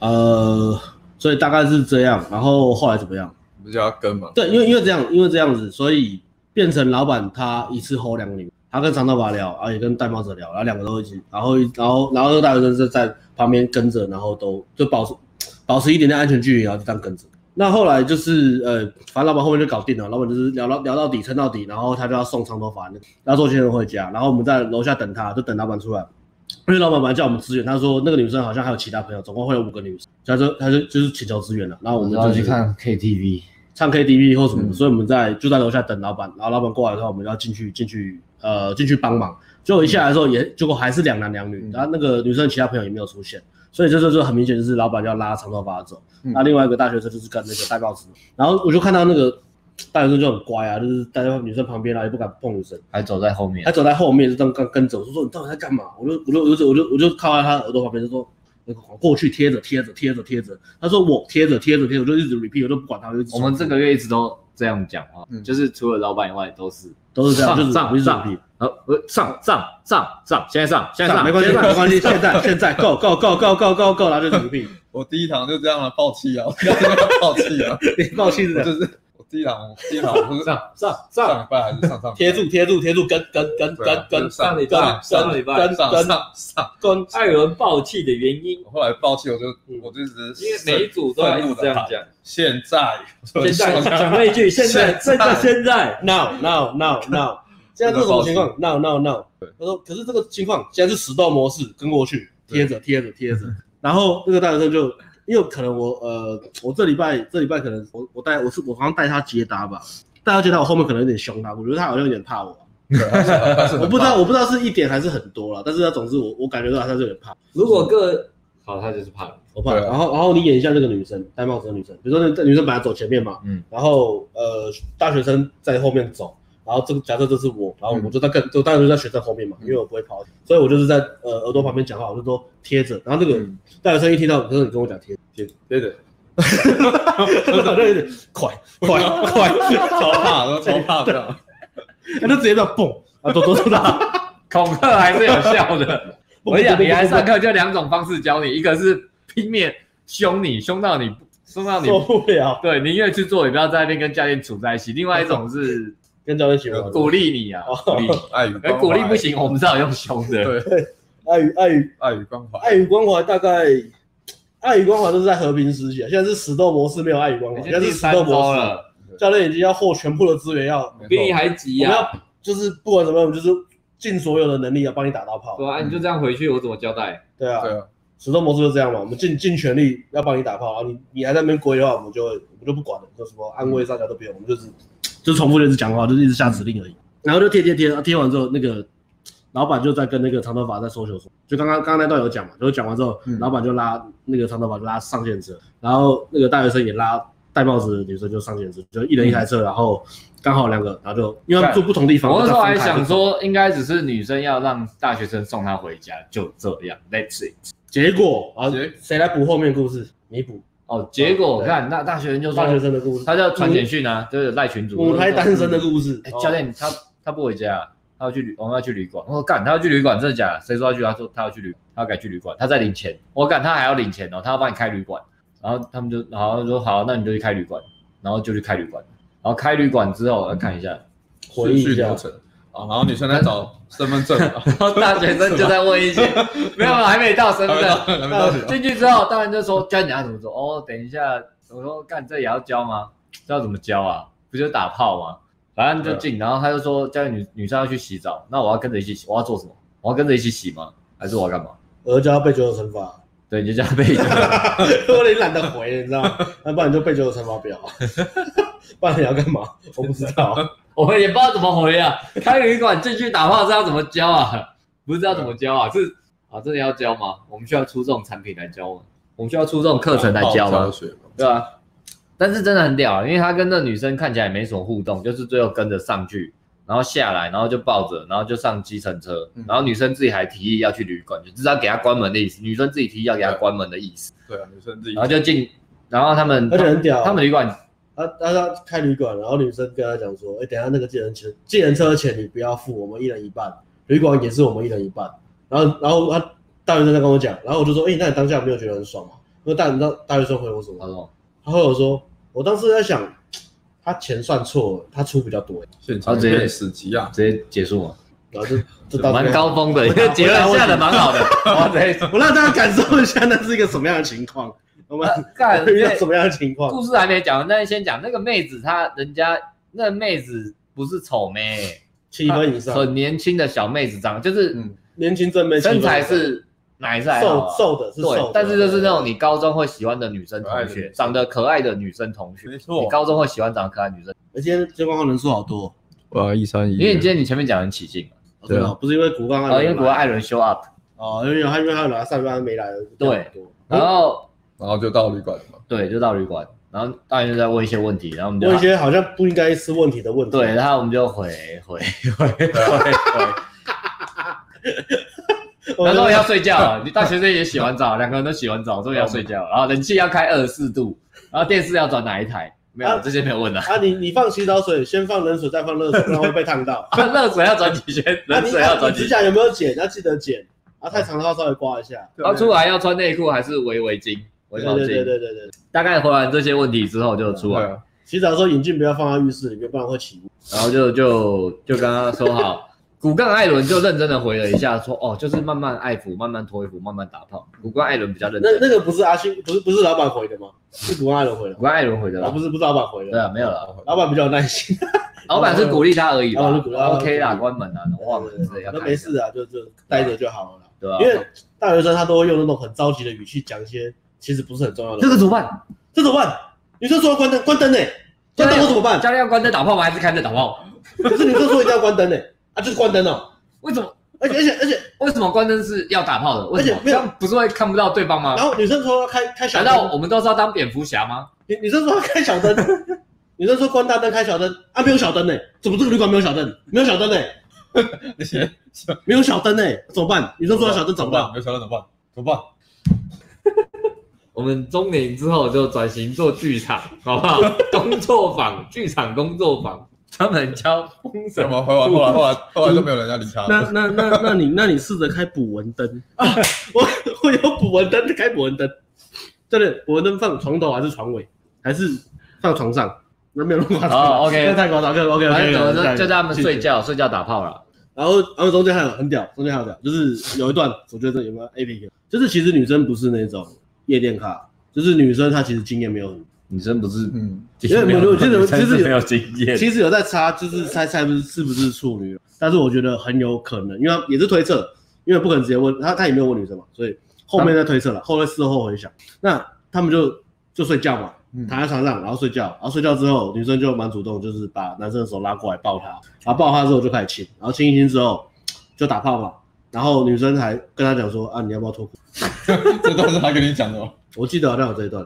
A: 呃，所以大概是这样，然后后来怎么样？
C: 不是叫他跟嘛？
A: 对，因为因为这样，因为这样子，所以变成老板他一次 hold 两个女，他跟长头发聊，啊也跟戴帽子聊，然后两个都一起，然后然后然后那个大学生就在旁边跟着，然后都就保持保持一点点安全距离，然后就这样跟着。那后来就是呃，反正老板后面就搞定了，老板就是聊到聊到底，撑到底，然后他就要送长头发，要做先生回家，然后我们在楼下等他，就等老板出来。因为老板本来叫我们支援，他说那个女生好像还有其他朋友，总共会有五个女生，他就他就就是请求支援了，然后我
E: 我
A: 们
E: 们
A: 就
B: 哦
E: 要去
A: 是
E: 看 KTV，
A: 唱 KTV 或什么的，
E: 嗯
A: 所以我们在就在楼下等老板，然后老板过来的时候，我们要进去进去呃进去帮忙。结果一下来的时候也，结果还是两男两女，
C: 嗯
A: 然后那个女生其他朋友也没有出现，所以这就是很明显就是老板要拉长头发走。
C: 嗯
A: 那另外一个大学生就是跟那个戴帽子，然后我就看到那个大学生就很乖啊，就是待在女生旁边啊，也不敢碰女生，
E: 还走在后面
A: 他，
B: 哎
A: 走在后面就这样跟跟着，我就说你到底在干嘛？我就我就我就我就我就靠在他耳朵旁边就说。过去贴着贴着贴着贴着，他说我贴着贴着贴着，我就一直 repeat，我就不管他，我就一直
E: 我们
A: 重复
E: 这个月一直都这样讲
B: 啊
E: 话，
C: 嗯
E: 就是除了老板以外都是
A: 都是这样，就是
B: 上
A: 不是
B: 上
A: 主题。
B: 好，呃上上上上，现在上，现在上，
A: 没关系，
B: 现在
A: 没
B: 上
A: 关系，现在现在 go go go go go go go，然后就主题。
C: 我第一堂就这样了，爆气啊！我第一堂就爆气啊！
A: 你暴气是
C: (laughs) 我
A: 这样，
B: 啊
C: 就是我第一堂，我第一堂我是上
B: 上上
C: 上
B: 上
C: 礼拜还是上上礼拜
A: 贴住贴住贴住，跟跟跟
C: 对啊
A: 跟跟
C: 就是上
B: 礼
A: 跟
B: 拜上礼拜
A: 跟
C: 上
A: 跟
C: 上上。
A: 跟
B: 艾伦爆气的原因，
C: 我后来爆气，我就
A: 嗯
C: 我就只是
B: 因为每一组都要一直这样讲。
C: 现在
B: 现在讲那一
A: (laughs)
B: 句，现在
C: 现
B: 现
C: 在
B: 在现在，
A: now now now now，现在这种情况 now now now，他说可是这个情况现在是死斗模式，跟过去贴着贴着贴着，然后那个大学生就因为可能我呃我这礼拜这礼拜可能我我带我是我好像带他接搭吧，带他接搭我后面可能有点凶他，我觉得他好像有点怕我。 (laughs) 我
C: 我
A: 不知道，我不知道是一点还是很多了，但是他总之我我感觉到他是有点怕，
B: 如果各好，他就是怕了。
A: 我怕。
C: 对啊
A: 然后然后你演一下那个女生戴帽子的女生，比如说那那女生本来走前面嘛，
E: 嗯，
A: 然后呃大学生在后面走，然后这个假设这是我，然后
B: 嗯
A: 我就在跟就当然就在学生后面嘛，
C: 嗯
A: 因为我不会跑，所以我就是在呃耳朵旁边讲话，我就说贴着，然后那个
C: 嗯
A: 大学生一听到，可是你跟我讲贴着。
C: 对
B: (laughs)
C: 对对，
A: 他好像有点快快快，
C: 超怕，都超怕的。
A: 他就直接到蹦啊，咚咚咚咚，
B: 恐吓还是有效的。 (laughs) 我跟你讲，你来上课就两种方式教你，一个是拼命凶你，凶到你凶到你，
A: 受不了，
B: 对，宁愿去做，也不要在那边跟教练处在一起。另外一种是
A: 跟教练学玩。
B: 鼓励你
A: 哦
B: 啊，鼓励你。
C: 爱与
B: (laughs) 哎，
C: 关怀
B: 鼓励不，行，我们只好用凶的。
C: 对，
A: 爱与爱与
C: 爱与关怀。
B: 哎
A: 爱与关怀大概，哎爱与关怀都是在和平时期啊，现在是死斗模式，没有爱与关怀，
B: 已
A: 现在
B: 经第
A: 是死
B: 三
A: 斗
B: 周
A: 模式。
B: 了，
A: 教练已经要获全部的资源，要我
B: 比你还急啊
A: 们
B: 呀！
A: 要就是不管怎么样，我们就是尽所有的能力要帮你打到炮
B: 对。啊，你就这样回去，我怎么交代？
A: 对啊，
C: 对啊，
A: 死斗模式就这样嘛，我们尽尽全力要帮你打炮，然后你你还在那边跪的话，我们就会我们就不管了，就什么安慰大家都不用，我们就是就重复的一直讲话，就是一直下指令而已。然后就贴贴贴，贴完之后，那个老板就在跟那个长头发在搜球说，就刚刚刚刚那段有讲嘛，就是讲完之后，
C: 嗯
A: 老板就拉那个长头发就拉上线车，然后那个大学生也拉戴帽子的女生就上线车，就一人一台车，然后刚好两个，然后就因为他们住不同地方，
B: 我那时候还
A: 就分开
B: 想，说，应该只是女生要让大学生送她回家，就这样，That's it。
A: 结果啊
C: 结，
A: 谁来补后面故事？你补
B: 哦，结果我
A: 对啊
B: 看那大学生就说
A: 大，学生的故事，
B: 他就传简讯啊，就是赖群主，
A: 母胎单身的故事
B: 哎，，教
C: 哦
B: 练他他不回家啊，他要去旅，我们要去旅馆。我说干，他要去旅馆，真的假的？谁说要去？他说他要去旅，他要改去旅馆，他在领钱。我干，他还要领钱哦，他要帮你开旅馆。然后他们就，然后说好，那你就去开旅馆，然后就去开旅馆。然后开旅馆之后，我看
C: (laughs)
B: 一下，
A: 回忆一下
C: 流程啊，然后女生在找身份证
B: (laughs)
C: 啊，
B: 然后大学生就在问一些，没有，还没到身
C: 还没
B: 份
C: 到，。还没
A: 到
C: 到你
A: 底
B: (laughs)
C: 啊。
B: 进去之后，当然就说教你要怎么做。哦，等一下，我说干这也要教吗？这要怎么教啊？不就打炮吗？反正就进，然后他就说教女女生要去洗澡，那我要跟着一起洗，我要做什么？我要跟着一起洗吗？还是我要干嘛？
A: 而就要被九九乘法。
B: 对，你就这样背着。
A: (laughs) 我你懒得回，你知道吗？ (laughs) 那不然你就背九九乘法 (laughs) 表，不然你要干嘛？我不知 (laughs) 道。
B: 我们也不知道怎么回啊。开旅馆进去打炮是要怎么教啊？不是要怎么教啊？是啊，真的要教吗？我们需要出这种产品来教吗？我们需要出这种课程来教
C: 泡
B: 吗
C: 茶？水嘛
B: 对啊，但是真的很屌啊，因为他跟那女生看起来没什么互动，就是最后跟着上去，然后下来，然后就抱着，然后就上计程车
C: 嗯，
B: 然后女生自己还提议要去旅馆，就知道给他关门的意
A: 嗯
B: 思，女生自己提议要给他关门的意思，
C: 对啊，女生自己
B: 然后就进，然后他们
A: 而且很屌啊
B: 他们旅馆
A: 他他他开旅馆，然后女生跟他讲说，哎、等一下那个计程钱，计程车钱你不要付，我们一人一半，旅馆也是我们一人一半。然后然后他大学生在跟我讲，然后我就说，哎、那你当下没有觉得很爽吗？因为大学生大学生回我什
B: 他
A: 么？
B: 说
A: 他回我说，我当时在想，他钱算错了，他出比较多，
C: 现场
B: 然后直接
C: 变死机啊，
B: 直接结束嘛，
A: 然后就这当
B: 蛮高峰的， (laughs) 结论下的蛮好的，哇塞，
A: (laughs) 我让大家感受一下那是一个什么样的情
B: (laughs)
A: 况，我们
B: 干
A: (laughs) 遇到什么样的情况？
B: 故事还没讲完，但是先讲那个妹子，她人家那妹子不是丑妹，
A: 七分以上，
B: 很年轻的小妹子长，就是
C: 嗯，
A: 年轻正妹七分
B: 啊身
A: 以上，
B: 材是奶是还
A: 瘦
B: 好啊
A: 瘦的，是瘦的
B: 对，，但是就是那种你高中会喜欢的女生
C: 可爱
B: 同
C: 的女
B: 学，
C: 生
B: 长得可爱的女生同学，
C: 没错
B: 你高中会喜欢长得可爱的女生，
A: 哎，今天今天观看人数好多哦，
C: 哇，一三一，
B: 因为你今天你前面讲得很起劲嘛，
A: 哦真的哦不是因为古刚
B: 啊然后因为国外艾伦 show up，
A: 哦，因为他因为他有来上班没来，
B: 对哦
A: 多，
B: 然后
C: 然后就到旅馆了嘛，
B: 对就到旅馆，然后大家就在问一些问题，然后我们就
A: 问一些好像不应该是问题的问题，
B: 对，，然后我们就回回回回回。
A: 我
B: 那终
A: 说
B: 于要睡觉了，你大学生也洗完澡，两个人都洗完澡，终于要睡觉了。然后冷气要开二十四度，然后电视要转哪一台？没有，
A: 啊
B: 这些没有问的。
A: 啊，你你放洗澡水，先放冷水，再放热水，不然会被烫
B: (laughs)
A: 到。
B: (laughs) 热水要转几圈，
A: 啊，
B: 冷
A: 你
B: 水要
A: 啊
B: 转
A: 你指
B: 几圈。
A: 甲有没有剪？要记得剪，啊，太长的话稍微刮一下。
B: 然后出来要穿内裤还是围围巾、围
A: 对
B: 毛
A: 对对
B: 巾？
A: 对对对，
B: 大概回完这些问题之后就出
C: 对
B: 来，
C: 啊，
A: 洗澡的时候眼镜不要放在浴室里面，不然会起雾。
B: 然后就就就跟他说好。骨干艾伦就认真的回了一下，说哦，就是慢慢爱抚，慢慢脱衣服，慢慢打炮。骨干艾伦比较认
A: 那
B: 真，
A: 那个不是阿星，不是不是老板回的吗？是古爱人回的
B: 骨，干艾伦回的
A: 啊，
B: 啦
A: 不，是不是老板回
B: 对
A: 的，
B: 啊，没有了。
A: 老板比较有耐心。
B: 老板是鼓励他而已吧
A: 老板啊是鼓励他
B: o k 啦，
A: 对
B: 关门啦，我忘了之类要
A: 那
B: 看
A: 没
B: 一下，
A: 事啊，就就待着就好了啦。
B: 对吧、啊
A: 因为大学生他都会用那种很着急的语气讲一些其实不是很重要的。
B: 这个怎么办？
A: 这怎么办？女生说要关灯，关灯呢、关灯我怎么
B: (laughs)
A: 办？
B: 教练要关灯打炮吗？还是开灯打炮？
A: 可是女生说一定要关灯呢、啊，就是关灯哦、
B: 为什么？
A: 而且而且而且，
B: 为什么关灯是要打炮的？为什
A: 而
B: 么
A: 且？没
B: 这
A: 有
B: 样不是会看不到对方吗
A: 然？后女生说要开开小
B: 难
A: 灯，
B: 道我们都是要当蝙蝠侠吗？
A: 女女生说要开小灯，女生说关大灯开小灯，啊没有小灯呢、怎么这个旅馆没有小灯？没有小灯呢、
C: 啊
A: 没有小灯呢、怎么办？女生说要小灯怎么办？
C: 没有小灯怎么办？怎么办？
B: 我们中年之后就转型做剧场，好不好？
A: (laughs)
B: 工作坊、剧场工作坊，专门教封
C: 怎
B: 神。
C: 么后来后来后来后来都没有人家理他，
A: (laughs) 那那那那你那你试着开捕蚊灯啊！我我有捕蚊灯，开捕蚊灯，真的捕蚊灯放床头还是床尾，还是放床上？那没有那么夸张
B: 哦，OK
A: 那太夸张，OK OK
B: 反
A: OK，
B: 正怎么说，就叫他们睡。觉，睡觉打炮了。
A: 然后然后中间还有很屌，中间还有屌，就是有一段，我觉得这有没有 A P 就是其实女生不是那种夜店咖，就是女生她其实经验没有很，
B: 女生不是，
C: 嗯，
A: 因为我觉得
B: 女生
A: 其实有
B: 是没有经验，
A: 其实有在查，就是猜猜不是是不是处女，但是我觉得很有可能，因为她也是推测，因为不可能直接问她，她也没有问女生嘛，所以后面再推测了，后来事后回想，那他们就就睡觉嘛
C: 嗯，
A: 躺在床上，然后睡觉，然后睡觉之后，女生就蛮主动，就是把男生的手拉过来抱他，然后抱他之后就开始亲，然后亲一亲之后就打炮嘛，然后女生还跟他讲说啊，你要不要脱裤？
C: 这都是他跟你讲的哦。
A: 我记得好像有这一段，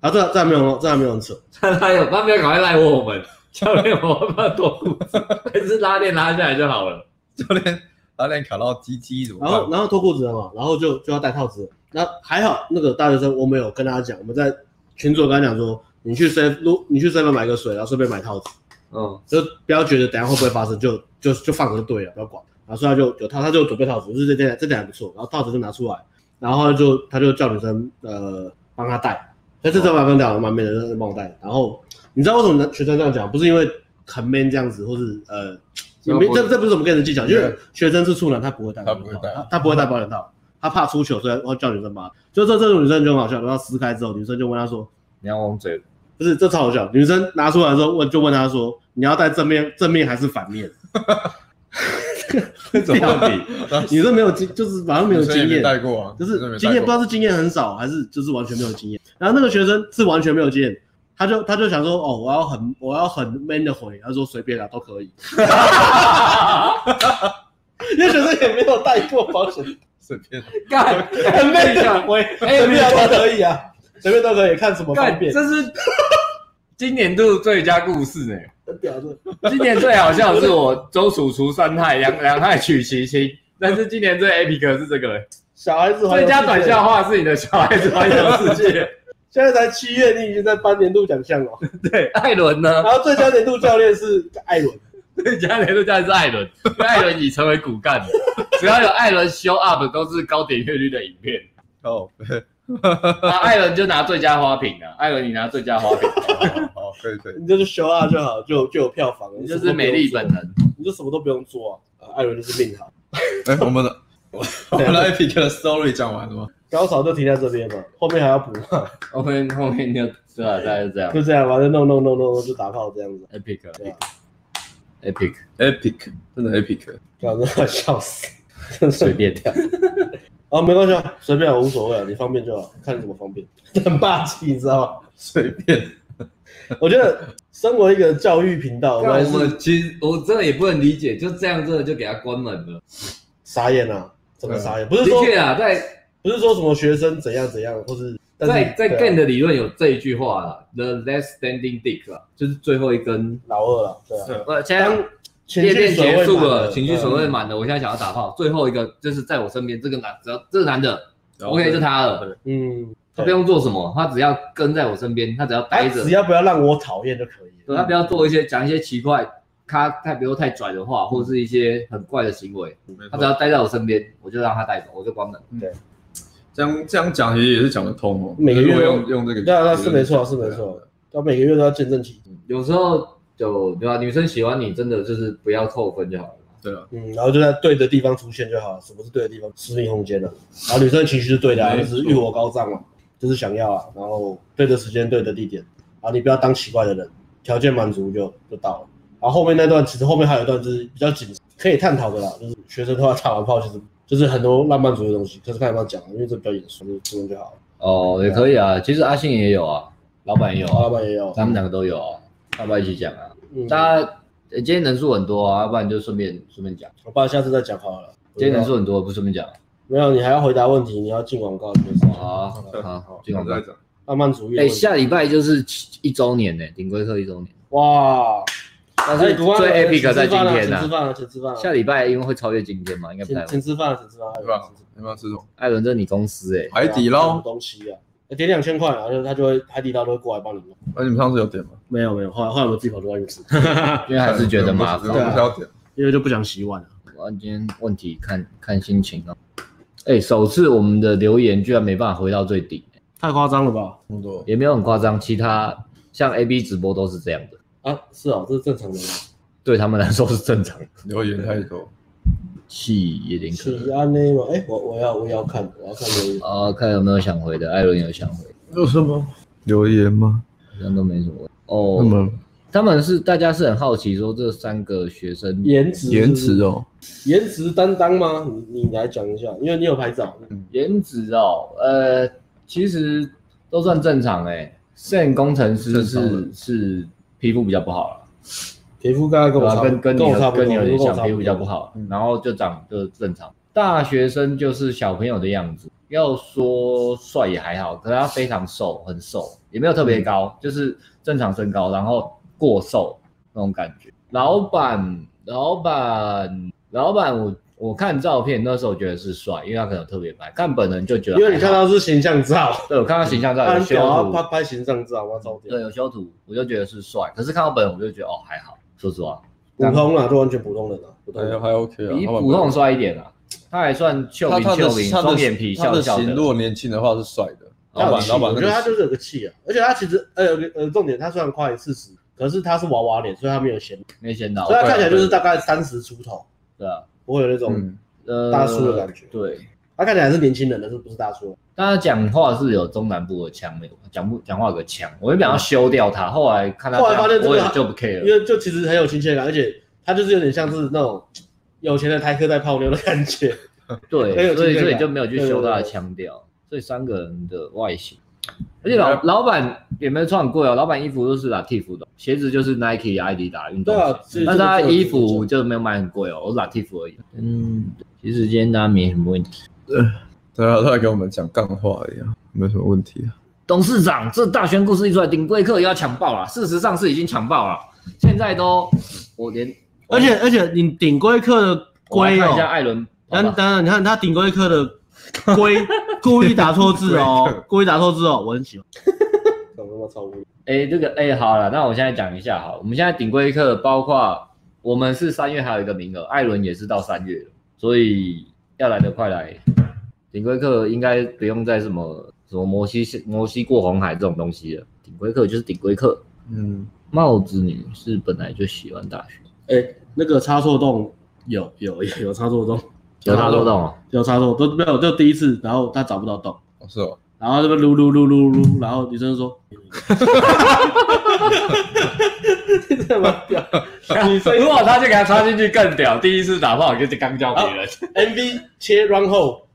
A: 啊，这这还没有，这还没有很扯，
B: 哎他有，他没有赶快赖我我们教练，我要不要脱裤子？还是拉链拉下来就好了？
C: 教练，教练卡到鸡鸡怎么
A: 然后
C: 办？
A: 然后脱裤子了嘛，然后就就要戴套子了。那还好，那个大学生我们有跟大家讲，我们在群组有跟他讲说，你去 seven 如你去 seven 买个水，然后顺便买套子，
B: 嗯，
A: 就不要觉得等一下会不会发生，就就就放着就对了，不要管。然后所以他就有套，他就准备套子，就是这点这点还不错。然后套子就拿出来，然后就他就叫女生呃帮他戴，但是这把跟讲蛮 man 的，就帮我戴。然后你知道为什么学生这样讲？不是因为很 man 这样子，或是呃。也没这这不是什么个人技巧，因为学生是处男，他不会戴保
C: 他
A: 险
C: 不会
A: 套，
C: 戴
A: 他他不会戴保险套，他怕出糗，所以会叫女生帮他。就这这种女生就很好笑，然后撕开之后，女生就问他说，
B: 你要往嘴，
A: 不是这超好笑，女生拿出来之后问就问他说，你要戴正面正面还是反面？
B: (laughs) 怎么比？
A: (laughs) 女生没有经，就是马上没有
C: 女生也
A: 经验，
C: 带过啊，
A: 就是经验不知
C: 知
A: 道是经验很少还是就是完全没有经验。然后那个学生是完全没有经验，他就他就想说，哦，我要很我要很 man 的回，他说随便啦、都 (laughs) 可以，因为学生也没有戴过保险套。
C: 随便。
B: 干，很累的，我哎，
A: 随
B: 没
A: 便
B: 有，
A: 都可以啊，随便都可以，看什么方
B: 干，
A: 便。
B: 这是今年度最佳故事哎、
A: 很屌的，
B: 今年最好笑的是我周楚除三害，两两害取其轻。但是今年最 epic 是这个、
A: 小孩子环游
B: 最佳
A: 世界
B: 短笑，话是你的小孩子环游世界。
A: 现在才七月，你已经在颁年度奖
B: (laughs)
A: 项了。
B: 艾伦呢
A: 然？后最佳年度教练是艾伦，
B: 最佳年度教练是艾伦，艾伦已成为骨干了。只要有艾伦 show up，都是高点阅率的影片。
C: 靠背，
B: 啊，艾伦就拿最佳花瓶啊，艾伦你拿最佳花瓶， (laughs)
C: 好，可以可以。
A: 你就是 show up 就好，就就有票房了。
B: 你
A: 你
B: 就
A: 什么
B: 是
A: 都不用
B: 美丽
A: 做
B: 本，人。
A: 你就什么都不用做啊。呃艾伦就是命
B: (laughs)
A: 好，
C: 哎，我们的我们
B: 啊
C: 的 Epic 的 Story 讲完了吗？
A: 高潮就停在这边嘛，后面还要补嘛，
B: 后面后面就对啊，大概是这样
A: 就这样，完了弄弄弄弄弄就打炮这样子，
B: ，epic
A: 对啊
B: epic
C: Epic，真的 Epic，
B: 啊
A: 搞得快笑死，真是
B: 随便掉。
A: 啊，没关系，啊，随便啊，无所谓啊，你方便就好，看你怎么方便，很霸气，你知道
C: 随便。
A: 吗？我觉得身为一个教育频道，我们还
B: 但啊我
A: 是
B: 们其实我真的也不能理解，就这样真的就给他关门了。
A: 傻眼啊，真的
C: 对啊
A: 傻眼，不是
B: 的
A: 说
B: 确啊，在
A: 不是说什么学生怎样怎样，或是但是
B: 在
A: 对
B: 在
A: 啊
B: Gain 的理论有这一句话啦，the last standing dick 啊，就是最后一根。
A: 老二了，对啊，
B: 呃，现
A: 当
B: 在
A: 情
B: 夜
A: 绪
B: 店
A: 所谓
B: 结束
A: 满
B: 了，情绪所谓
A: 嗯
B: 满了，我现在想要打炮，最后一个就是在我身边这个男，只要这个男的，OK
C: 哦
B: 就他了。
A: 嗯，
B: 他不用做什么，他只要跟在我身边，他只要待
A: 他
B: 着
A: 哎只，要不要让我讨厌就可以
B: 对啊
A: 了。
B: 他不要做一些讲一些奇怪，他太比如太拽的话，或是一些很怪的行为，
C: 没
B: 他只
C: 错。
B: 要待在我身边，我就让他带走，我就关门。
C: 这样这样讲其实也是讲得通哦。
A: 每个月
C: 如果用用这个，
A: 对啊，对啊是没错，是没错，要每个月都要见证期，
B: 有时候就对吧、女生喜欢你，真的就是不要扣分就好了。
C: 对啊。
A: 嗯，然后就在对的地方出现就好了。什么是对的地方？私密空间了、啊然后女生情绪是对的、啊，
C: 没
A: 就
C: 错
A: 是欲火高涨嘛，就是想要啊。然后对的时间，对的地点，然后你不要当奇怪的人，条件满足就就到了。然后后面那段其实后面还有一段就是比较紧，可以探讨的啦，就是学生的话打完炮其实就是很多浪漫主义的东西，可是看要不要讲，因为这比较严肃，就这样就好了。
B: 哦，也可以啊，其实阿信也有啊，老板也有
A: 好，
B: 啊
A: 老，板也有，
B: 他们两个都有啊，要不要一起讲啊？
A: 哦嗯，
B: 大家呃今天人数很多啊，要不然就顺便顺便讲。
A: 我爸下次再讲好了。
B: 今天人数很多，不顺便讲啊
A: 没有，你还要回答问题，你要进广告，你就是
B: 好啊。好，进
C: 我
B: 广
C: 们
B: 告
C: 再。讲。
A: 浪漫主义的
B: 哎、
A: 问题。
B: 下礼拜就是七一周年呢、顶规课一周年，
A: 哇！
B: 但是
A: 哎
B: 啊最 epic 在今天
A: 请
B: 呐、
A: 吃饭啊，请吃饭啊，
B: 下礼拜因为会超越今天嘛，应该不太
A: 请
B: 会。
A: 请吃饭啊，请吃饭啊，
C: 对吧
A: 请吃饭？
C: 要不要吃什么？
B: 艾伦，这是你公司哎、
C: 海底
A: 什么
C: 捞？
A: 东西啊？点两千块啊，然后他就会海底捞都会过来帮你弄。
C: 啊那你们上次有点吗？
A: 没有没有，后来后来我自己跑去外面吃，
B: 因为还是觉得麻
C: 我
A: 啊对
B: 烦。
C: 们
A: 啊
C: 是要点。
A: (laughs) 因为就不想洗碗了。
B: 我今天问题看看心情啊。哎、首次我们的留言居然没办法回到最顶、
A: 太夸张了吧？
C: 差不多。
B: 也没有很夸张。其他像 A B 直播都是这样的，
A: 啊，是哦，这是正常的吗。
B: 对他们来说是正常的。
C: 留言太多，
B: 气有点可
A: 是安内吗？哎，我我要我要看，我要看留
C: (laughs)
A: 言。
B: 啊，看有没有想回的。艾伦有想回，
C: 有什么留言吗？
B: 好像都没什么问题。
C: 那
B: 哦，
C: 么
B: 他们是大家是很好奇说这三个学生
A: 颜值，
C: 延迟，哦，
A: 颜值担当吗？你你来讲一下，因为你有拍照。
B: 颜值哦，呃，其实都算正常哎、欸。Sen 工程师
C: 正常
B: 是
C: 的
B: 是皮肤比较不好了，
A: 皮肤刚刚跟
B: 对
A: 我
B: 吧、
A: 差不多，
B: 跟跟
A: 跟
B: 你
A: 我差
B: 的
A: 不多，
B: 跟你有点
A: 跟我
B: 像
A: 差，
B: 皮肤比较不。好啊
C: 嗯，
B: 然后就长得正常。大学生就是小朋友的样子，要说帅也还好，可是他非常瘦，很瘦，也没有特别
A: 嗯
B: 高，就是正常身高，然后过瘦那种感觉。老板，老板，老板，我我看照片那时候觉得是帅，因为他可能特别白，看本人就觉得
A: 因为你
B: 还
A: 看
B: 好
A: 到是形象照，
B: (laughs) 对，我看到形象照
A: 他
B: 有
A: 很
B: 修
A: 屌啊，
B: 图
A: 拍，拍形象照，我操！
B: 对，有修图，我就觉得是帅。可是看到本人，我就觉得哦还好，说实话，
A: 普通啦，就完全普通人啦，啊普通
C: 还
B: 哎
A: 人。
C: 还 OK 啊。
B: 比
C: 他们
B: 普通帅一点啊。他还算秀
C: 他
B: 明
C: 他的
B: 秀明，
C: 他
B: 双
C: 的
B: 眼皮
C: 他
B: 笑
C: 的
B: 笑
C: 型，如
B: 的。哦
C: 果年轻的话是帅的。
B: 老板
A: 他有气
C: 老板
A: 我
C: 那
A: 觉得
C: 个
A: 他就是有个气啊，而且他其实呃有个呃重点，他虽然快四十，可是他是娃娃脸，所以他没有显，
B: 没显到
A: 所以，他
C: 对啊
A: 看起来就是
C: 对
A: 大概三十出头，
B: 对啊，
A: 不会有那种
C: 嗯，
B: 呃，
A: 大叔的感觉
B: 对，
A: 他看起来还是年轻人的，是不是大叔？
B: 但他讲话是有中南部的腔，没有讲不讲话有个腔，我原本要修掉他，后来看他
A: 嗯
B: 这
A: 后来
B: 样，
A: 发现这
B: 我也
A: 个 (laughs)
B: 就不 care
A: 因
B: 了。
A: 为就其实很有亲切感，而且他就是有点像是那种有钱的台客在泡妞的感觉。很有
B: 对，所
A: 亲
B: 以
A: 切
B: 所以
A: 感
B: 就没有去
A: 对对
B: 修他的
A: 对对
B: 腔调。所以三个人的外形，
C: 嗯
B: 而且老老板也没有穿很贵哦，老板衣服都是 Latif 的，鞋子就是 Nike、阿迪达运动
A: 对啊
B: 鞋，
A: 这
B: 但是他
A: 这个这个
B: 嗯衣服就没有买很贵哦，我 Latif 而已。嗯，其实今天大家没什么问题。
C: 对啊，他在跟我们讲干话一样，没什么问题啊。
B: 董事长，这大选故事一出来，顶规客也要抢爆了。事实上是已经抢爆了，现在都我连
A: (laughs) 而且而且你顶规课的
B: 我来
A: 龟
B: 看一下哎
A: 哦，
B: 艾伦，好
A: 等
B: 吧
A: 等，你看他顶规课的龟故意打错字
B: (laughs)
A: 哦，故意打错字哦，我很喜欢。
C: 怎么那么超无
B: 哎，这个哎好了，那我现在讲一下哈，我们现在顶规客包括我们是三月还有一个名额，艾伦也是到三月了，所以要来的快来。顶规客应该不用再什么什么摩西摩西过红海这种东西了，顶规客就是顶规客。
C: 嗯，
B: 帽子女是本来就喜欢大学，
A: 哎，那个插错洞有有有有插错洞，
B: 有大漏洞哦。
A: 有插错都没有，就第一次，然后他找不到洞，
C: 哦是哦，
A: 然后这边撸撸撸撸撸，然后女生说，
D: 这么屌，
B: (laughs) 如果他就给他插进去更屌，第一次打炮就是刚教别人。
A: MV 切 run 后，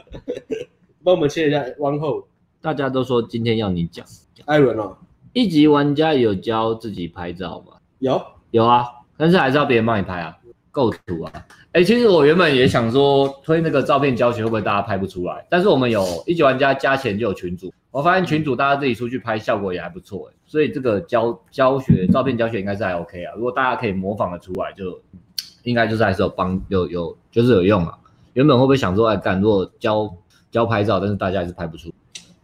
A: (laughs) 帮我们切一下 run 后。
B: 大家都说今天要你讲，
A: 艾伦哦，
B: 一级玩家有教自己拍照吗？
A: 有
B: 有啊，但是还是要别人帮你拍啊，构图啊。哎、其实我原本也想说推那个照片教学，会不会大家拍不出来？但是我们有一级玩家加钱就有群组，我发现群组大家自己出去拍效果也还不错、哎，所以这个教教学照片教学应该是还 OK 啊。如果大家可以模仿的出来就，应该就是还是有帮有有就是有用啊。原本会不会想说，哎，干如果教教拍照，但是大家还是拍不出，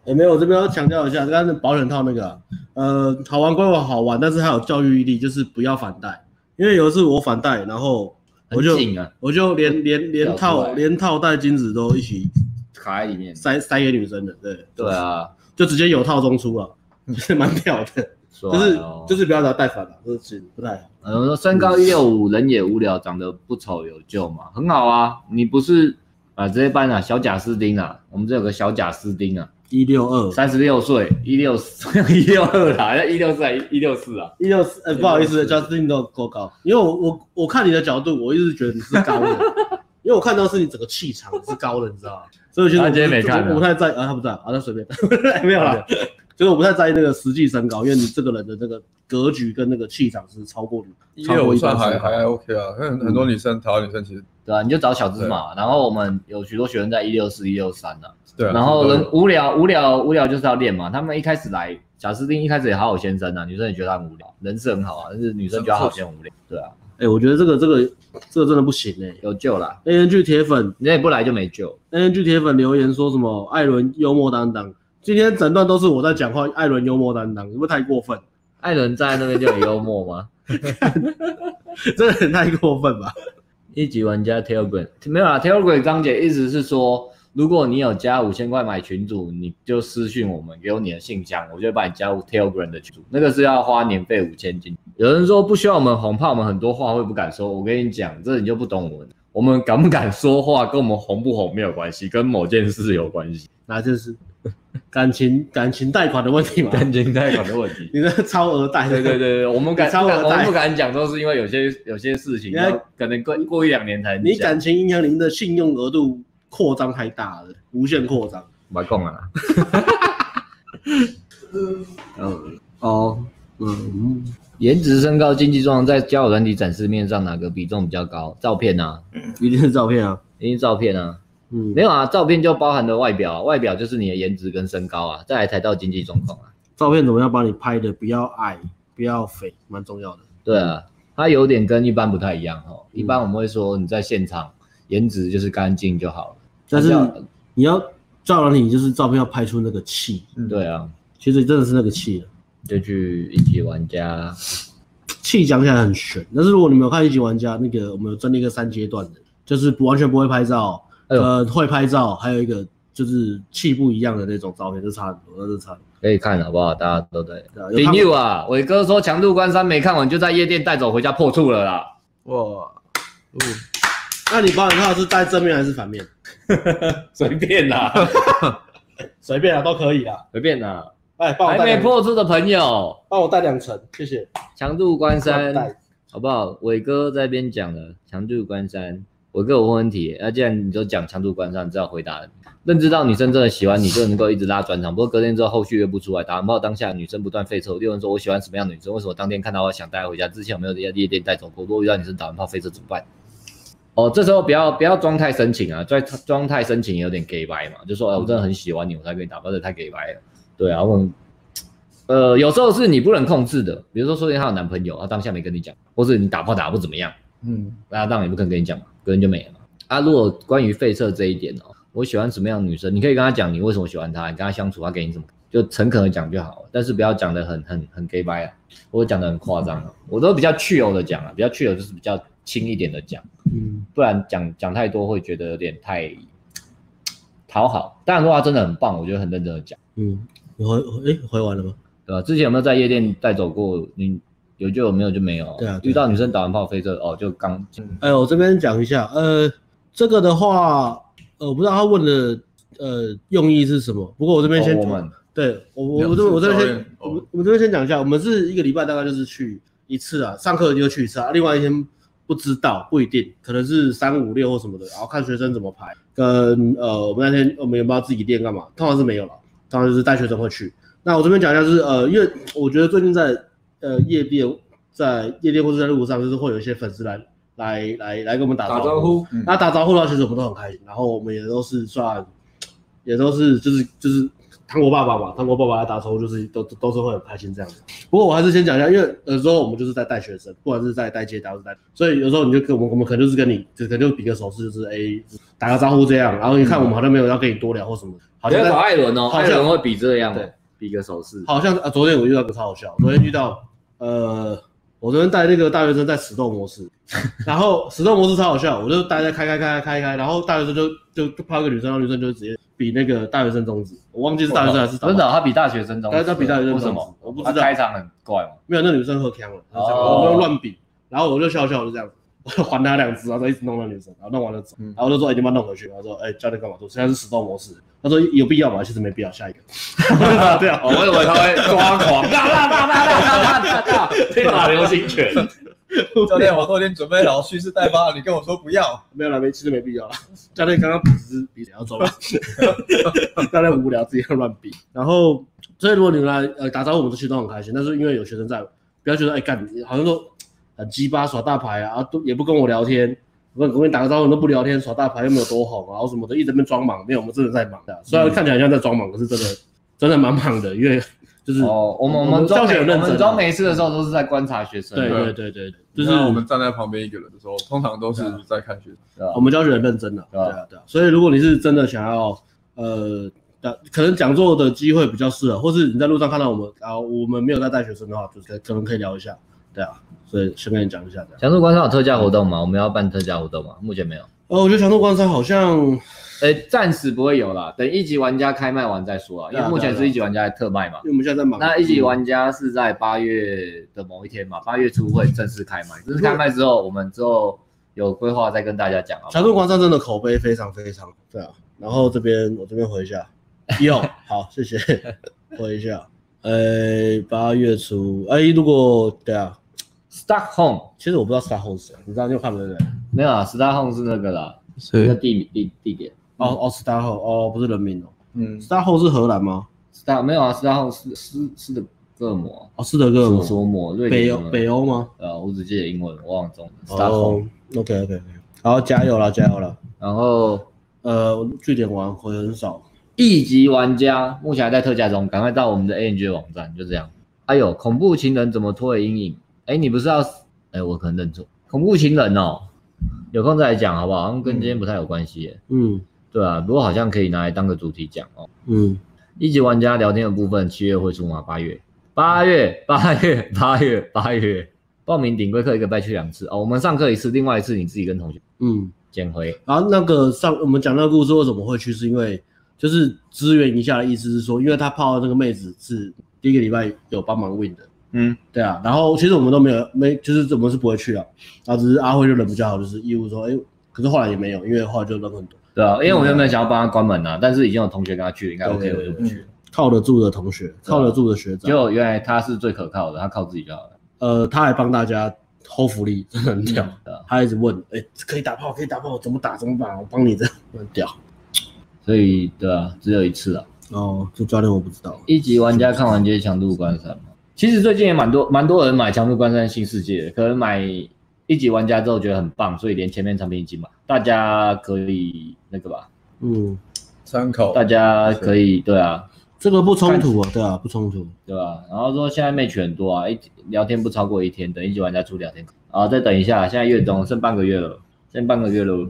A: 也、哎没有，我这边要强调一下，刚刚保险套那个啊，呃，好玩归玩好玩，但是它有教育力，就是不要反带。因为有一次我反带，然后
B: 很
A: 我就
B: 紧啊，
A: 我就连连
B: 掉
A: 连
B: 出
A: 套
B: 来
A: 连套带金子都一起
B: 卡在里面。
A: 塞塞给女生的，对，
B: 对啊，
A: 就直接有套中出了， (laughs) 是蛮屌的，
B: 就
A: 就是就是不要把它带反了，这是不太好。
B: 呃，我说身高一六五，人也无聊，长得不丑有救嘛，很好啊。你不是啊，这些班啊，小贾斯汀啊，我们这有个小贾斯汀啊，
A: 一六二
B: 三十六岁，一六一六二啦， (laughs) 一六四还一六四啊？
A: 一六四，呃，不好意思，Justin 都够高，因为我我我看你的角度，我一直觉得你是高的，
B: (laughs)
A: 因为我看到是你整个气场是高的，你知道吗？所以我觉得
B: 他
A: 我
B: 今天没看啊
A: 我不太在意啊，他不在啊，那随便，没有啦。就是我不太在意那个实际身高，因为你这个人的那个格局跟那个气场是超过你，
C: 因
A: 超
C: 为
A: 过
C: 我
A: 一
C: 算
A: 般
C: 还
A: 身高
C: 还还 OK 啊，很很多女生台湾女生其实
B: 对啊，你就找小芝麻。然后我们有许多学生在一六四、一六三啊。
C: 对啊，
B: 然后人
C: 都
B: 无聊无聊无聊就是要练嘛。他们一开始来，贾斯汀一开始也好好先生啊，女生也觉得他很无聊，人是很好啊，但是女生觉得他好像很无聊。对啊，
A: 哎、我觉得这个这个这个真的不行哎、
B: 有救啦，
A: A N G 铁粉
B: 你也不来就没救。
A: ，A N G 铁粉留言说什么？艾伦幽默担当，今天整段都是我在讲话，艾伦幽默担当，是不是太过分？ (laughs)
B: 艾伦在那边就很幽默吗？
A: 真的太过分吧？
B: 一级玩家 Telegram 没有啦，Telegram 张姐意思是说，如果你有加五千块买群主，你就私信我们，给我你的信箱，我就把你加入 Telegram 的群组。那个是要花年费五千金。有人说不需要我们红，怕我们很多话会不敢说。我跟你讲，这你就不懂我们。我们敢不敢说话，跟我们红不红没有关系，跟某件事有关 (laughs) 系，
A: 哪件事？感情感情贷款的问题嘛？ (laughs)
B: 感情贷款的问题。
A: 你那个超额贷，
B: 对对对，对，我们敢
A: 你超
B: 不敢
A: 额
B: 我们
A: 贷
B: 不敢讲，都是因为有些有些事情
A: 你还
B: 要可能过过一两年才能
A: 你
B: 讲
A: 感情银行里面的信用额度扩张太大了，无限扩张。
B: 我讲啊。嗯，哦，
A: 嗯，
B: 颜值、身高、经济状况在交友软体展示面上哪个比重比较高？照片啊，
A: 一定是照片啊。
B: 因为照片啊，
A: 嗯
B: 没，有啊，照片就包含了外表、啊，外表就是你的颜值跟身高啊，再来才到经济状况啊。
A: 照片怎么样帮你拍的？不要矮，不要肥，蛮重要的。
B: 对啊，它有点跟一般不太一样哦。一般我们会说你在现场颜值就是干净就好了，
A: 但是
B: 它叫
A: 你要照了你，就是照片要拍出那个气，
C: 嗯
B: 对啊，
A: 其实真的是那个气了。
B: 就去一级玩家
A: 气讲起来很悬，但是如果你没有看一级玩家，那个我们有整理一个三阶段的，就是不完全不会拍照，
B: 哎呦
A: 呃，会拍照，还有一个就是气不一样的那种照片，就差很多，那是差很
B: 可以看好不好？大家都在。
A: 多。对啊有
B: 顶
A: 看
B: 友啊，伟哥说强度关山没看完就在夜店带走回家破处了啦。
C: 哇，哦
A: 那你保险套是戴正面还是反面？
B: (laughs) 随便啦，
A: (laughs) 随便啊，都可以啦。
B: 随便啦。
A: 哎，帮
B: 还没破处的朋友，
A: 帮我带两层，谢谢。
B: 强度关山
A: 帮我带
B: 好不好？伟哥在边讲了，强度关山。伟哥，我问问题，那、既然你都讲强度关山，知道回答了。认知到女生真的喜欢你，就能够一直拉转场。不过隔天之后，后续约不出来，打完炮当下女生不断废车。六人说：“我喜欢什么样的女生？为什么当天看到我想带她回家？之前有没有在夜店带走过？如果遇到女生打完炮废车怎么办？”哦，这时候不要不要装太深情啊，装装太深情有点 gay 白嘛，就说哎、我真的很喜欢你，我才跟你打炮，这太 gay 白了。对啊，问，呃，有时候是你不能控制的，比如说说不定她有男朋友，她当下没跟你讲，或是你打炮打得不怎么样，
C: 嗯，
B: 那当然也不可能跟你讲嘛，跟人就没了嘛。啊，如果关于费舍这一点哦，我喜欢什么样的女生，你可以跟她讲你为什么喜欢她，你跟她相处，她给你什么，就诚恳的讲就好了，但是不要讲的很很很 gay 白啊，或者讲的很夸张啊，我都比较去油的讲啊，比较去油就是比较轻一点的讲。
A: 嗯，
B: 不然讲讲太多会觉得有点太讨好。当然，如果他真的很棒，我觉得很认真的讲，
A: 嗯，你回哎、回完了吗？
B: 对吧？之前有没有在夜店带走过？你有就有，没有就没有。
A: 对啊对啊
B: 遇到女生打完炮飞这哦，就刚
A: 哎、我这边讲一下，呃，这个的话，呃，我不知道他问的呃用意是什么，不过我这边先、
B: 哦我们
A: 对我我
C: 两
A: 我
C: 次
A: 这边我这边先我们我们
C: 教练哦
A: 这边先讲一下，我们是一个礼拜大概就是去一次啊，上课就去一次啊，另外一天不知道不一定，可能是三五六或什么的，然后看学生怎么排，跟呃我们那天我们也不知道自己练干嘛，通常是没有了，通常就是带学生会去。那我这边讲一下就是呃，因为我觉得最近在呃夜店在夜店或是在路上，就是会有一些粉丝来来来来跟我们打
C: 打招呼，嗯
A: 那打招呼的话，其实我们都很开心，然后我们也都是算，也都是就是就是糖果爸爸嘛，糖果爸爸来打招呼，就是都都都是会很开心这样子。不过我还是先讲一下，因为有时候我们就是在带学生，不管是在带接待，或是带，所以有时候你就跟我们我们可能就是跟你，就可能就比个手势，就是哎、打个招呼这样，然后你看我们好像没有要跟你多聊或什么，好
B: 不
A: 像
B: 要
A: 在
B: 找艾伦哦，
A: 好
B: 艾
A: 像
B: 伦会比这样
A: 对
B: 哦，比个手势。
A: 好像啊，昨天我遇到一个超好笑，昨天遇到呃，我昨天带那个大学生在死斗模式， (laughs) 然后死斗模式超好笑，我就大家开开开开开开，然后大学生就就就抛一个女生，然后女生就直接比那个大学生中指，我忘记是大学生还是
B: 真的哦，他比大学生中，
A: 他他比大学生中
B: 为什么？
A: 我不知道
B: 他开场很怪嘛。
A: 没有那女生喝呛了，她这样
B: 哦
A: 我就乱比，然后我就笑笑就这样。我就还他两只，然后再一直弄那女生，然后弄完了走，
C: 嗯
A: 然后我就说：“哎、你把它弄回去。”然后说：“哎、教练干嘛？”我说：“现在是死斗模式。”他说：“有必要吗？”其实没必要，下一个。 (laughs) 对啊，
B: 哦，我以为他会抓狂，大大大大大大大大，天打流星拳。
C: 教练，我都已经准备好蓄势待发了，你跟我说不要，
A: 没有啦，没其实没必要啦。 (laughs) 教练刚刚比只是比谁要 (laughs) 重，教练无聊自己要乱比。然 (laughs) 后，所以如果你们来呃打招呼，我们都其实都很开心。但是因为有学生在，不要觉得哎干，你好像说很鸡巴耍大牌啊，啊都也不跟我聊天，我跟我跟你打个招呼你都不聊天，耍大牌又没有多红啊，然后什么的，一直在那边装忙。没有，我们真的在忙的，虽然看起来像在装忙，可是真的真的蛮忙的，因为就是、
B: 哦，我们我
A: 我
B: 们
A: 们教
B: 装
A: 学
B: 每
A: 很认
B: 我
A: 真啊
B: 们装每一次的时候都是在观察学生，
A: 对
C: 对
A: 对对对对，就
C: 就
A: 是是
C: 我们站在旁边一个人的时候，通常都是在看学生。
B: 对吧
A: 我们教学很认真的、
B: 对啊
A: 对啊对啊。所以如果你是真的想要，呃，的可能讲座的机会比较适合，或是你在路上看到我们啊，我们没有在带学生的话，就是可能可以聊一下，对啊。所以先跟你讲一下这样。
B: 强度观察有特价活动吗？我们要办特价活动吗？目前没有，
A: 呃，我觉得强度观察好像，
B: 呃，暂时不会有啦，等一级玩家开卖完再说啦，因
A: 对啊嗯
B: 为目前是一级玩家的特卖嘛
A: 因。为我们现在在忙，
B: 那一级玩家是在八月的某一天嘛，八月初会正式开卖。正式开卖之后，我们之后有规划再跟大家讲啊。
A: 强度观察真的口碑非常非常，对啊。然后这边我这边回一下，有好，谢谢，回一下。呃，八月初，哎，如果对啊，
B: Stock Home
A: 其实我不知道 Star Home 是谁，你知道你有看吗对不对？
B: 没有啊，Stock Home 是那个啦，那个
C: 是，
B: 地地地点。
A: 哦哦，Star Home 哦，不是人名哦。
C: 嗯，
A: Star Home 是荷兰吗？
B: Stock 没有啊，Stock Home 是是是的恶魔，
A: 哦，斯德哥尔摩
B: 是说魔瑞典
A: 北
B: 英
A: 欧
B: 文
A: 北欧吗？
B: 呃，我只记得英文，我忘了中文。Stock Home，
A: 哦，OK OK OK，好，加油了，加油了。
B: 然后
A: 呃，据点玩回很少，
B: 一级玩家目前还在特价中，赶快到我们的 ANG 网站，就这样。哎呦，恐怖情人怎么脱了阴影？哎，你不是要？哎，我可能认错，恐怖情人哦，有空再来讲好不好？好像跟今天不太有关系耶。
A: 嗯
B: 对啊，不过好像可以拿来当个主题讲哦。
A: 嗯，
B: 一级玩家聊天的部分，七月会出吗？八月，八月，八月，八月，八月，报名顶规课一个拜去两次哦。我们上课一次，另外一次你自己跟同学
A: 嗯，
B: 捡回。
A: 然后那个上我们讲那个故事为什么会去，是因为就是支援一下的意思是说，因为他泡的那个妹子是第一个礼拜有帮忙 win 的，
B: 嗯，
A: 对啊，然后其实我们都没有没，就是我们是不会去啊，然后只是阿辉就人比较好，就是义务说，哎，可是后来也没有，因为后来就人很多，
B: 对啊，因为我原本想要帮他关门啊，但是已经有同学跟他去了，应该 OK，
A: 对
B: 我就不去了。
A: 靠得住的同学，靠得住的学长
B: 结，果原来他是最可靠的，他靠自己就好了。
A: 呃，他还帮大家 hold 福利，真的很屌。
B: 对啊，
A: 他一直问，嗯哎、可以打炮，可以打炮，怎么打，怎么打，我帮你的，很屌。
B: 所以对啊，只有一次啊。
A: 哦，这教练我不知道。
B: 一级玩家看完接强度关山嘛，其实最近也蛮多蛮多人买强度关山新世界的，可能买一级玩家之后觉得很棒，所以连前面产品一起买，大家可以那个吧，
A: 嗯，
C: 参考
B: 大家可以对啊，
A: 这个不冲突啊，对啊，不冲突。
B: 对吧？然后说现在 match 很多啊，一聊天不超过一天，等一级玩家出聊天框，然后再等一下，现在月中剩半个月了，剩半个月了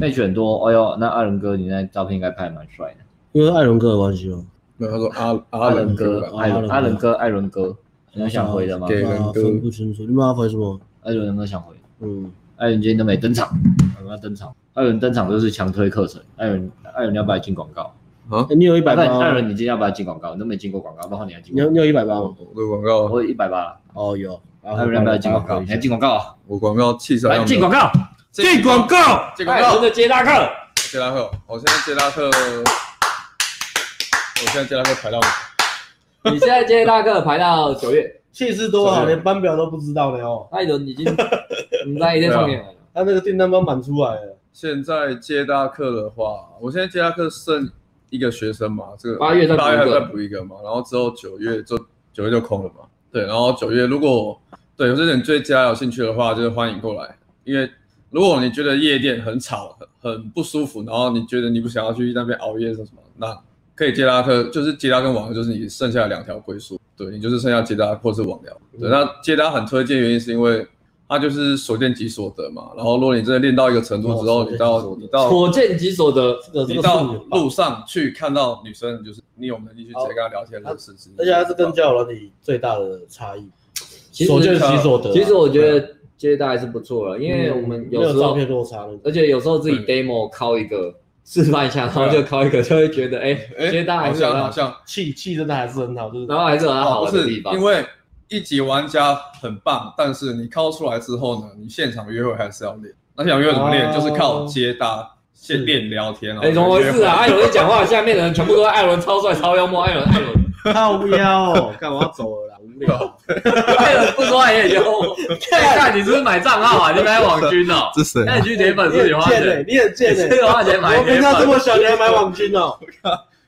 B: ，match 很多，哎呦，那艾伦哥你那照片应该拍得蛮帅的。
A: 因为艾伦哥的关系啊吗？
C: 没有，他说阿
B: 阿
C: 阿
B: 伦
C: 伦
B: 哥，
C: 吧
B: 艾伦
A: 阿
B: 艾
A: 伦
B: 伦
A: 哥
B: 哥，艾伦哥，你有想回的吗？
C: 给艾伦
A: 啊，
C: 哥
A: 分不清楚。你们要回什么？
B: 艾伦有没有想回？
A: 嗯，
B: 艾伦今天都没登场，艾伦要登场，艾伦登场就是强推课程，艾伦艾伦要不要进广
A: 欸
B: 告？
A: 你有一百
B: 艾
A: 八哦
B: 伦艾
A: 吗？
B: 伦，你今天要不要进广告？你都没进过广告，包括你还进
A: 你有
B: 过，
A: 你有一百八吗？
C: 我的广告，
B: 我一百八，
A: 哦，有。
B: 艾伦要不要进广告？你还进广告？啊
C: 我广告器材
B: 来
C: 上
B: 进
C: 没有
B: 广告，进广告，
C: 进广
B: 艾
C: 告
B: 伦的接大课，
C: 捷达克，我现在捷达克，我现在捷达克排到
D: 你现在接大课排到九月，
A: 气势多好，连班表都不知道呢哦。
D: 艾伦已经你在一天上面了。
A: 他那个订单帮满出来了，
C: 现在接大课的话，我现在接大课剩一个学生嘛，这个
D: 八月再补一
C: 八
D: 个
C: 月再补一个嘛，然后之后九月就九月就空了嘛。对，然后九月如果对有这点对接达有兴趣的话，就是欢迎过来，因为如果你觉得夜店很吵、很很不舒服，然后你觉得你不想要去那边熬夜什么什么，那可以接大课，就是接搭跟网聊，就是你剩下的两条归宿，对你就是剩下接搭或是网聊。
A: 嗯
C: 对，那接搭很推荐，原因是因为它就是所见即所得嘛。然后如果你真的练到一个程度之
A: 哦
C: 后，
A: 所见
C: 你
D: 所见即
A: 即所得
C: 到你到
D: 所得，
A: 这个这
C: 你
A: 个
C: 到
A: 是
C: 路上去看到女生，你就是你有能力去直接跟她聊天认识之类
A: 哦
C: 的，
A: 而且它是跟交友软体最大的差异，
D: 其实
A: 所见即所得啊。嗯
D: 其实我觉得接待还是不错了，因为我们
A: 没
D: 有
A: 有
D: 时
A: 照
D: 候
A: 片落差了，
D: 而且有时候自己 demo 敲一个示范一下，
A: 啊
D: 然后就敲一个，就会觉得哎，
C: 哎
D: 接待还
C: 好
D: 是有
C: 像
D: 它
C: 好，像
A: 气气真的还是很好，就是
D: 然后还是有它好
C: 不
D: 玩的地
C: 是
D: 方
C: 因。为一级玩家很棒，但是你 call 出来之后呢，你现场约会还是要练。那现场约会怎么练？
A: 哦
C: 就是靠接搭。
A: 是
C: 先练聊天哦
D: 哎，怎么回事啊？？
C: 然后
D: 艾伦一讲话，下面的人全部都是艾伦超帅、超幽默，艾伦、
C: (laughs)
D: 艾伦、
A: 靠腰 (laughs) 哦，干嘛要走了啦？无
D: (laughs)
A: 聊。
D: 艾伦不说话也很幽默。
A: 啊
D: 哎，看你是不是买账号啊？你买网军哦？
C: 约会这谁
D: 那你去点粉
A: 你
D: 丝，你花
A: 很
D: 钱
A: 贱，欸，你
D: (laughs)
A: 很
D: 你
A: 贱
D: 是
A: 欸！
D: 花钱买
A: 我
D: 铁粉
A: 平常这么小，你还买网军哦？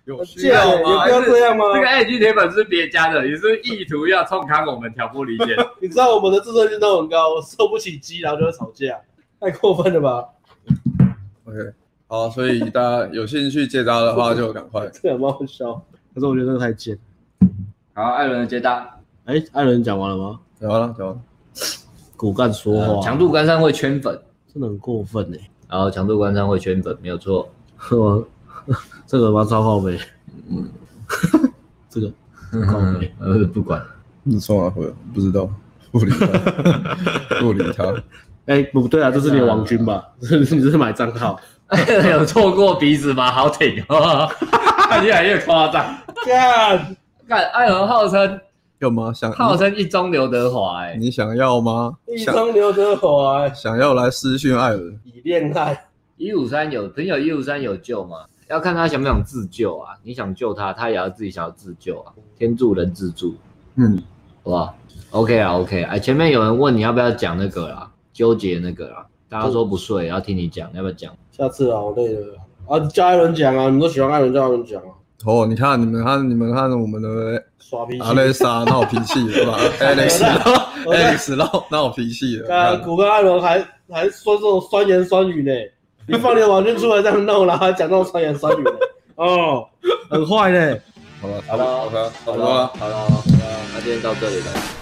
C: 有需
A: 贱欸，
C: 要
A: 也
C: 吗？
A: 不要这样吗？
D: 这个 IG 铁粉是别家的，你是意图要冲康我们挑拨
A: (laughs)
D: 离间？
A: 你知道我们的自尊心都很高，受不起鸡，然后就会吵架， (laughs) 太过分了吧？ (laughs)
C: OK，好，所以大家有兴趣接搭的话，就赶快。
A: 这个蛮好笑，可是我觉得这个太贱。
D: 好，艾伦的接搭，
A: 哎、艾伦讲完了吗？
C: 讲完了，讲完了。
A: 骨干说
B: 呃
A: 话，
B: 强度关山会圈粉，
A: 真的很过分哎、 (laughs)
B: 然后强度关山会圈粉，没有错。
A: 欸！ (laughs) 这个蛮超靠背，嗯， (laughs) 这个靠背。
B: 呃， (laughs) 不管，
C: 你送哪回？不知道，不理他，不理他。
A: 哎、不对啊，这是你的网军吧？ (laughs) 你这是买账号？
B: 有错过鼻子吗？好挺 (laughs) 哦，
D: 越来越夸张。
A: 干，
B: 看艾伦号称
C: 要吗？想
B: 号称一中刘德华、哎，
C: 你想要吗？
A: 一
C: 想
A: 生刘德华
C: 想要来私讯艾伦？
A: 啊以恋爱，
B: 一五三有朋友一五三有救吗？要看他想不想自救啊！你想救他，他也要自己想要自救啊！天助人自助，
C: 嗯，
B: 好不好？OK 啊，OK。哎，前面有人问你要不要讲那个啦，纠结那个啦，大家说不睡，要听你讲，要不要讲？
A: 下次啊，我累了啊，叫艾伦讲啊，你都喜欢艾伦，叫艾伦讲啊，
C: 哦，你看你们看你们看我们的
A: 耍脾气。
C: 阿雷莎闹脾气是吧？Alex 闹
A: 我在
C: ，Alex 闹闹脾气了。
A: 刚
C: 看
A: 谷歌艾伦还还说这种酸言酸语呢，你放你的网军出来这样弄，然后还讲这种酸言酸语呢，哦，很坏呢。
C: 好了，
B: 好了
C: ，OK，差不多了。
B: 好了，那今天到这里了。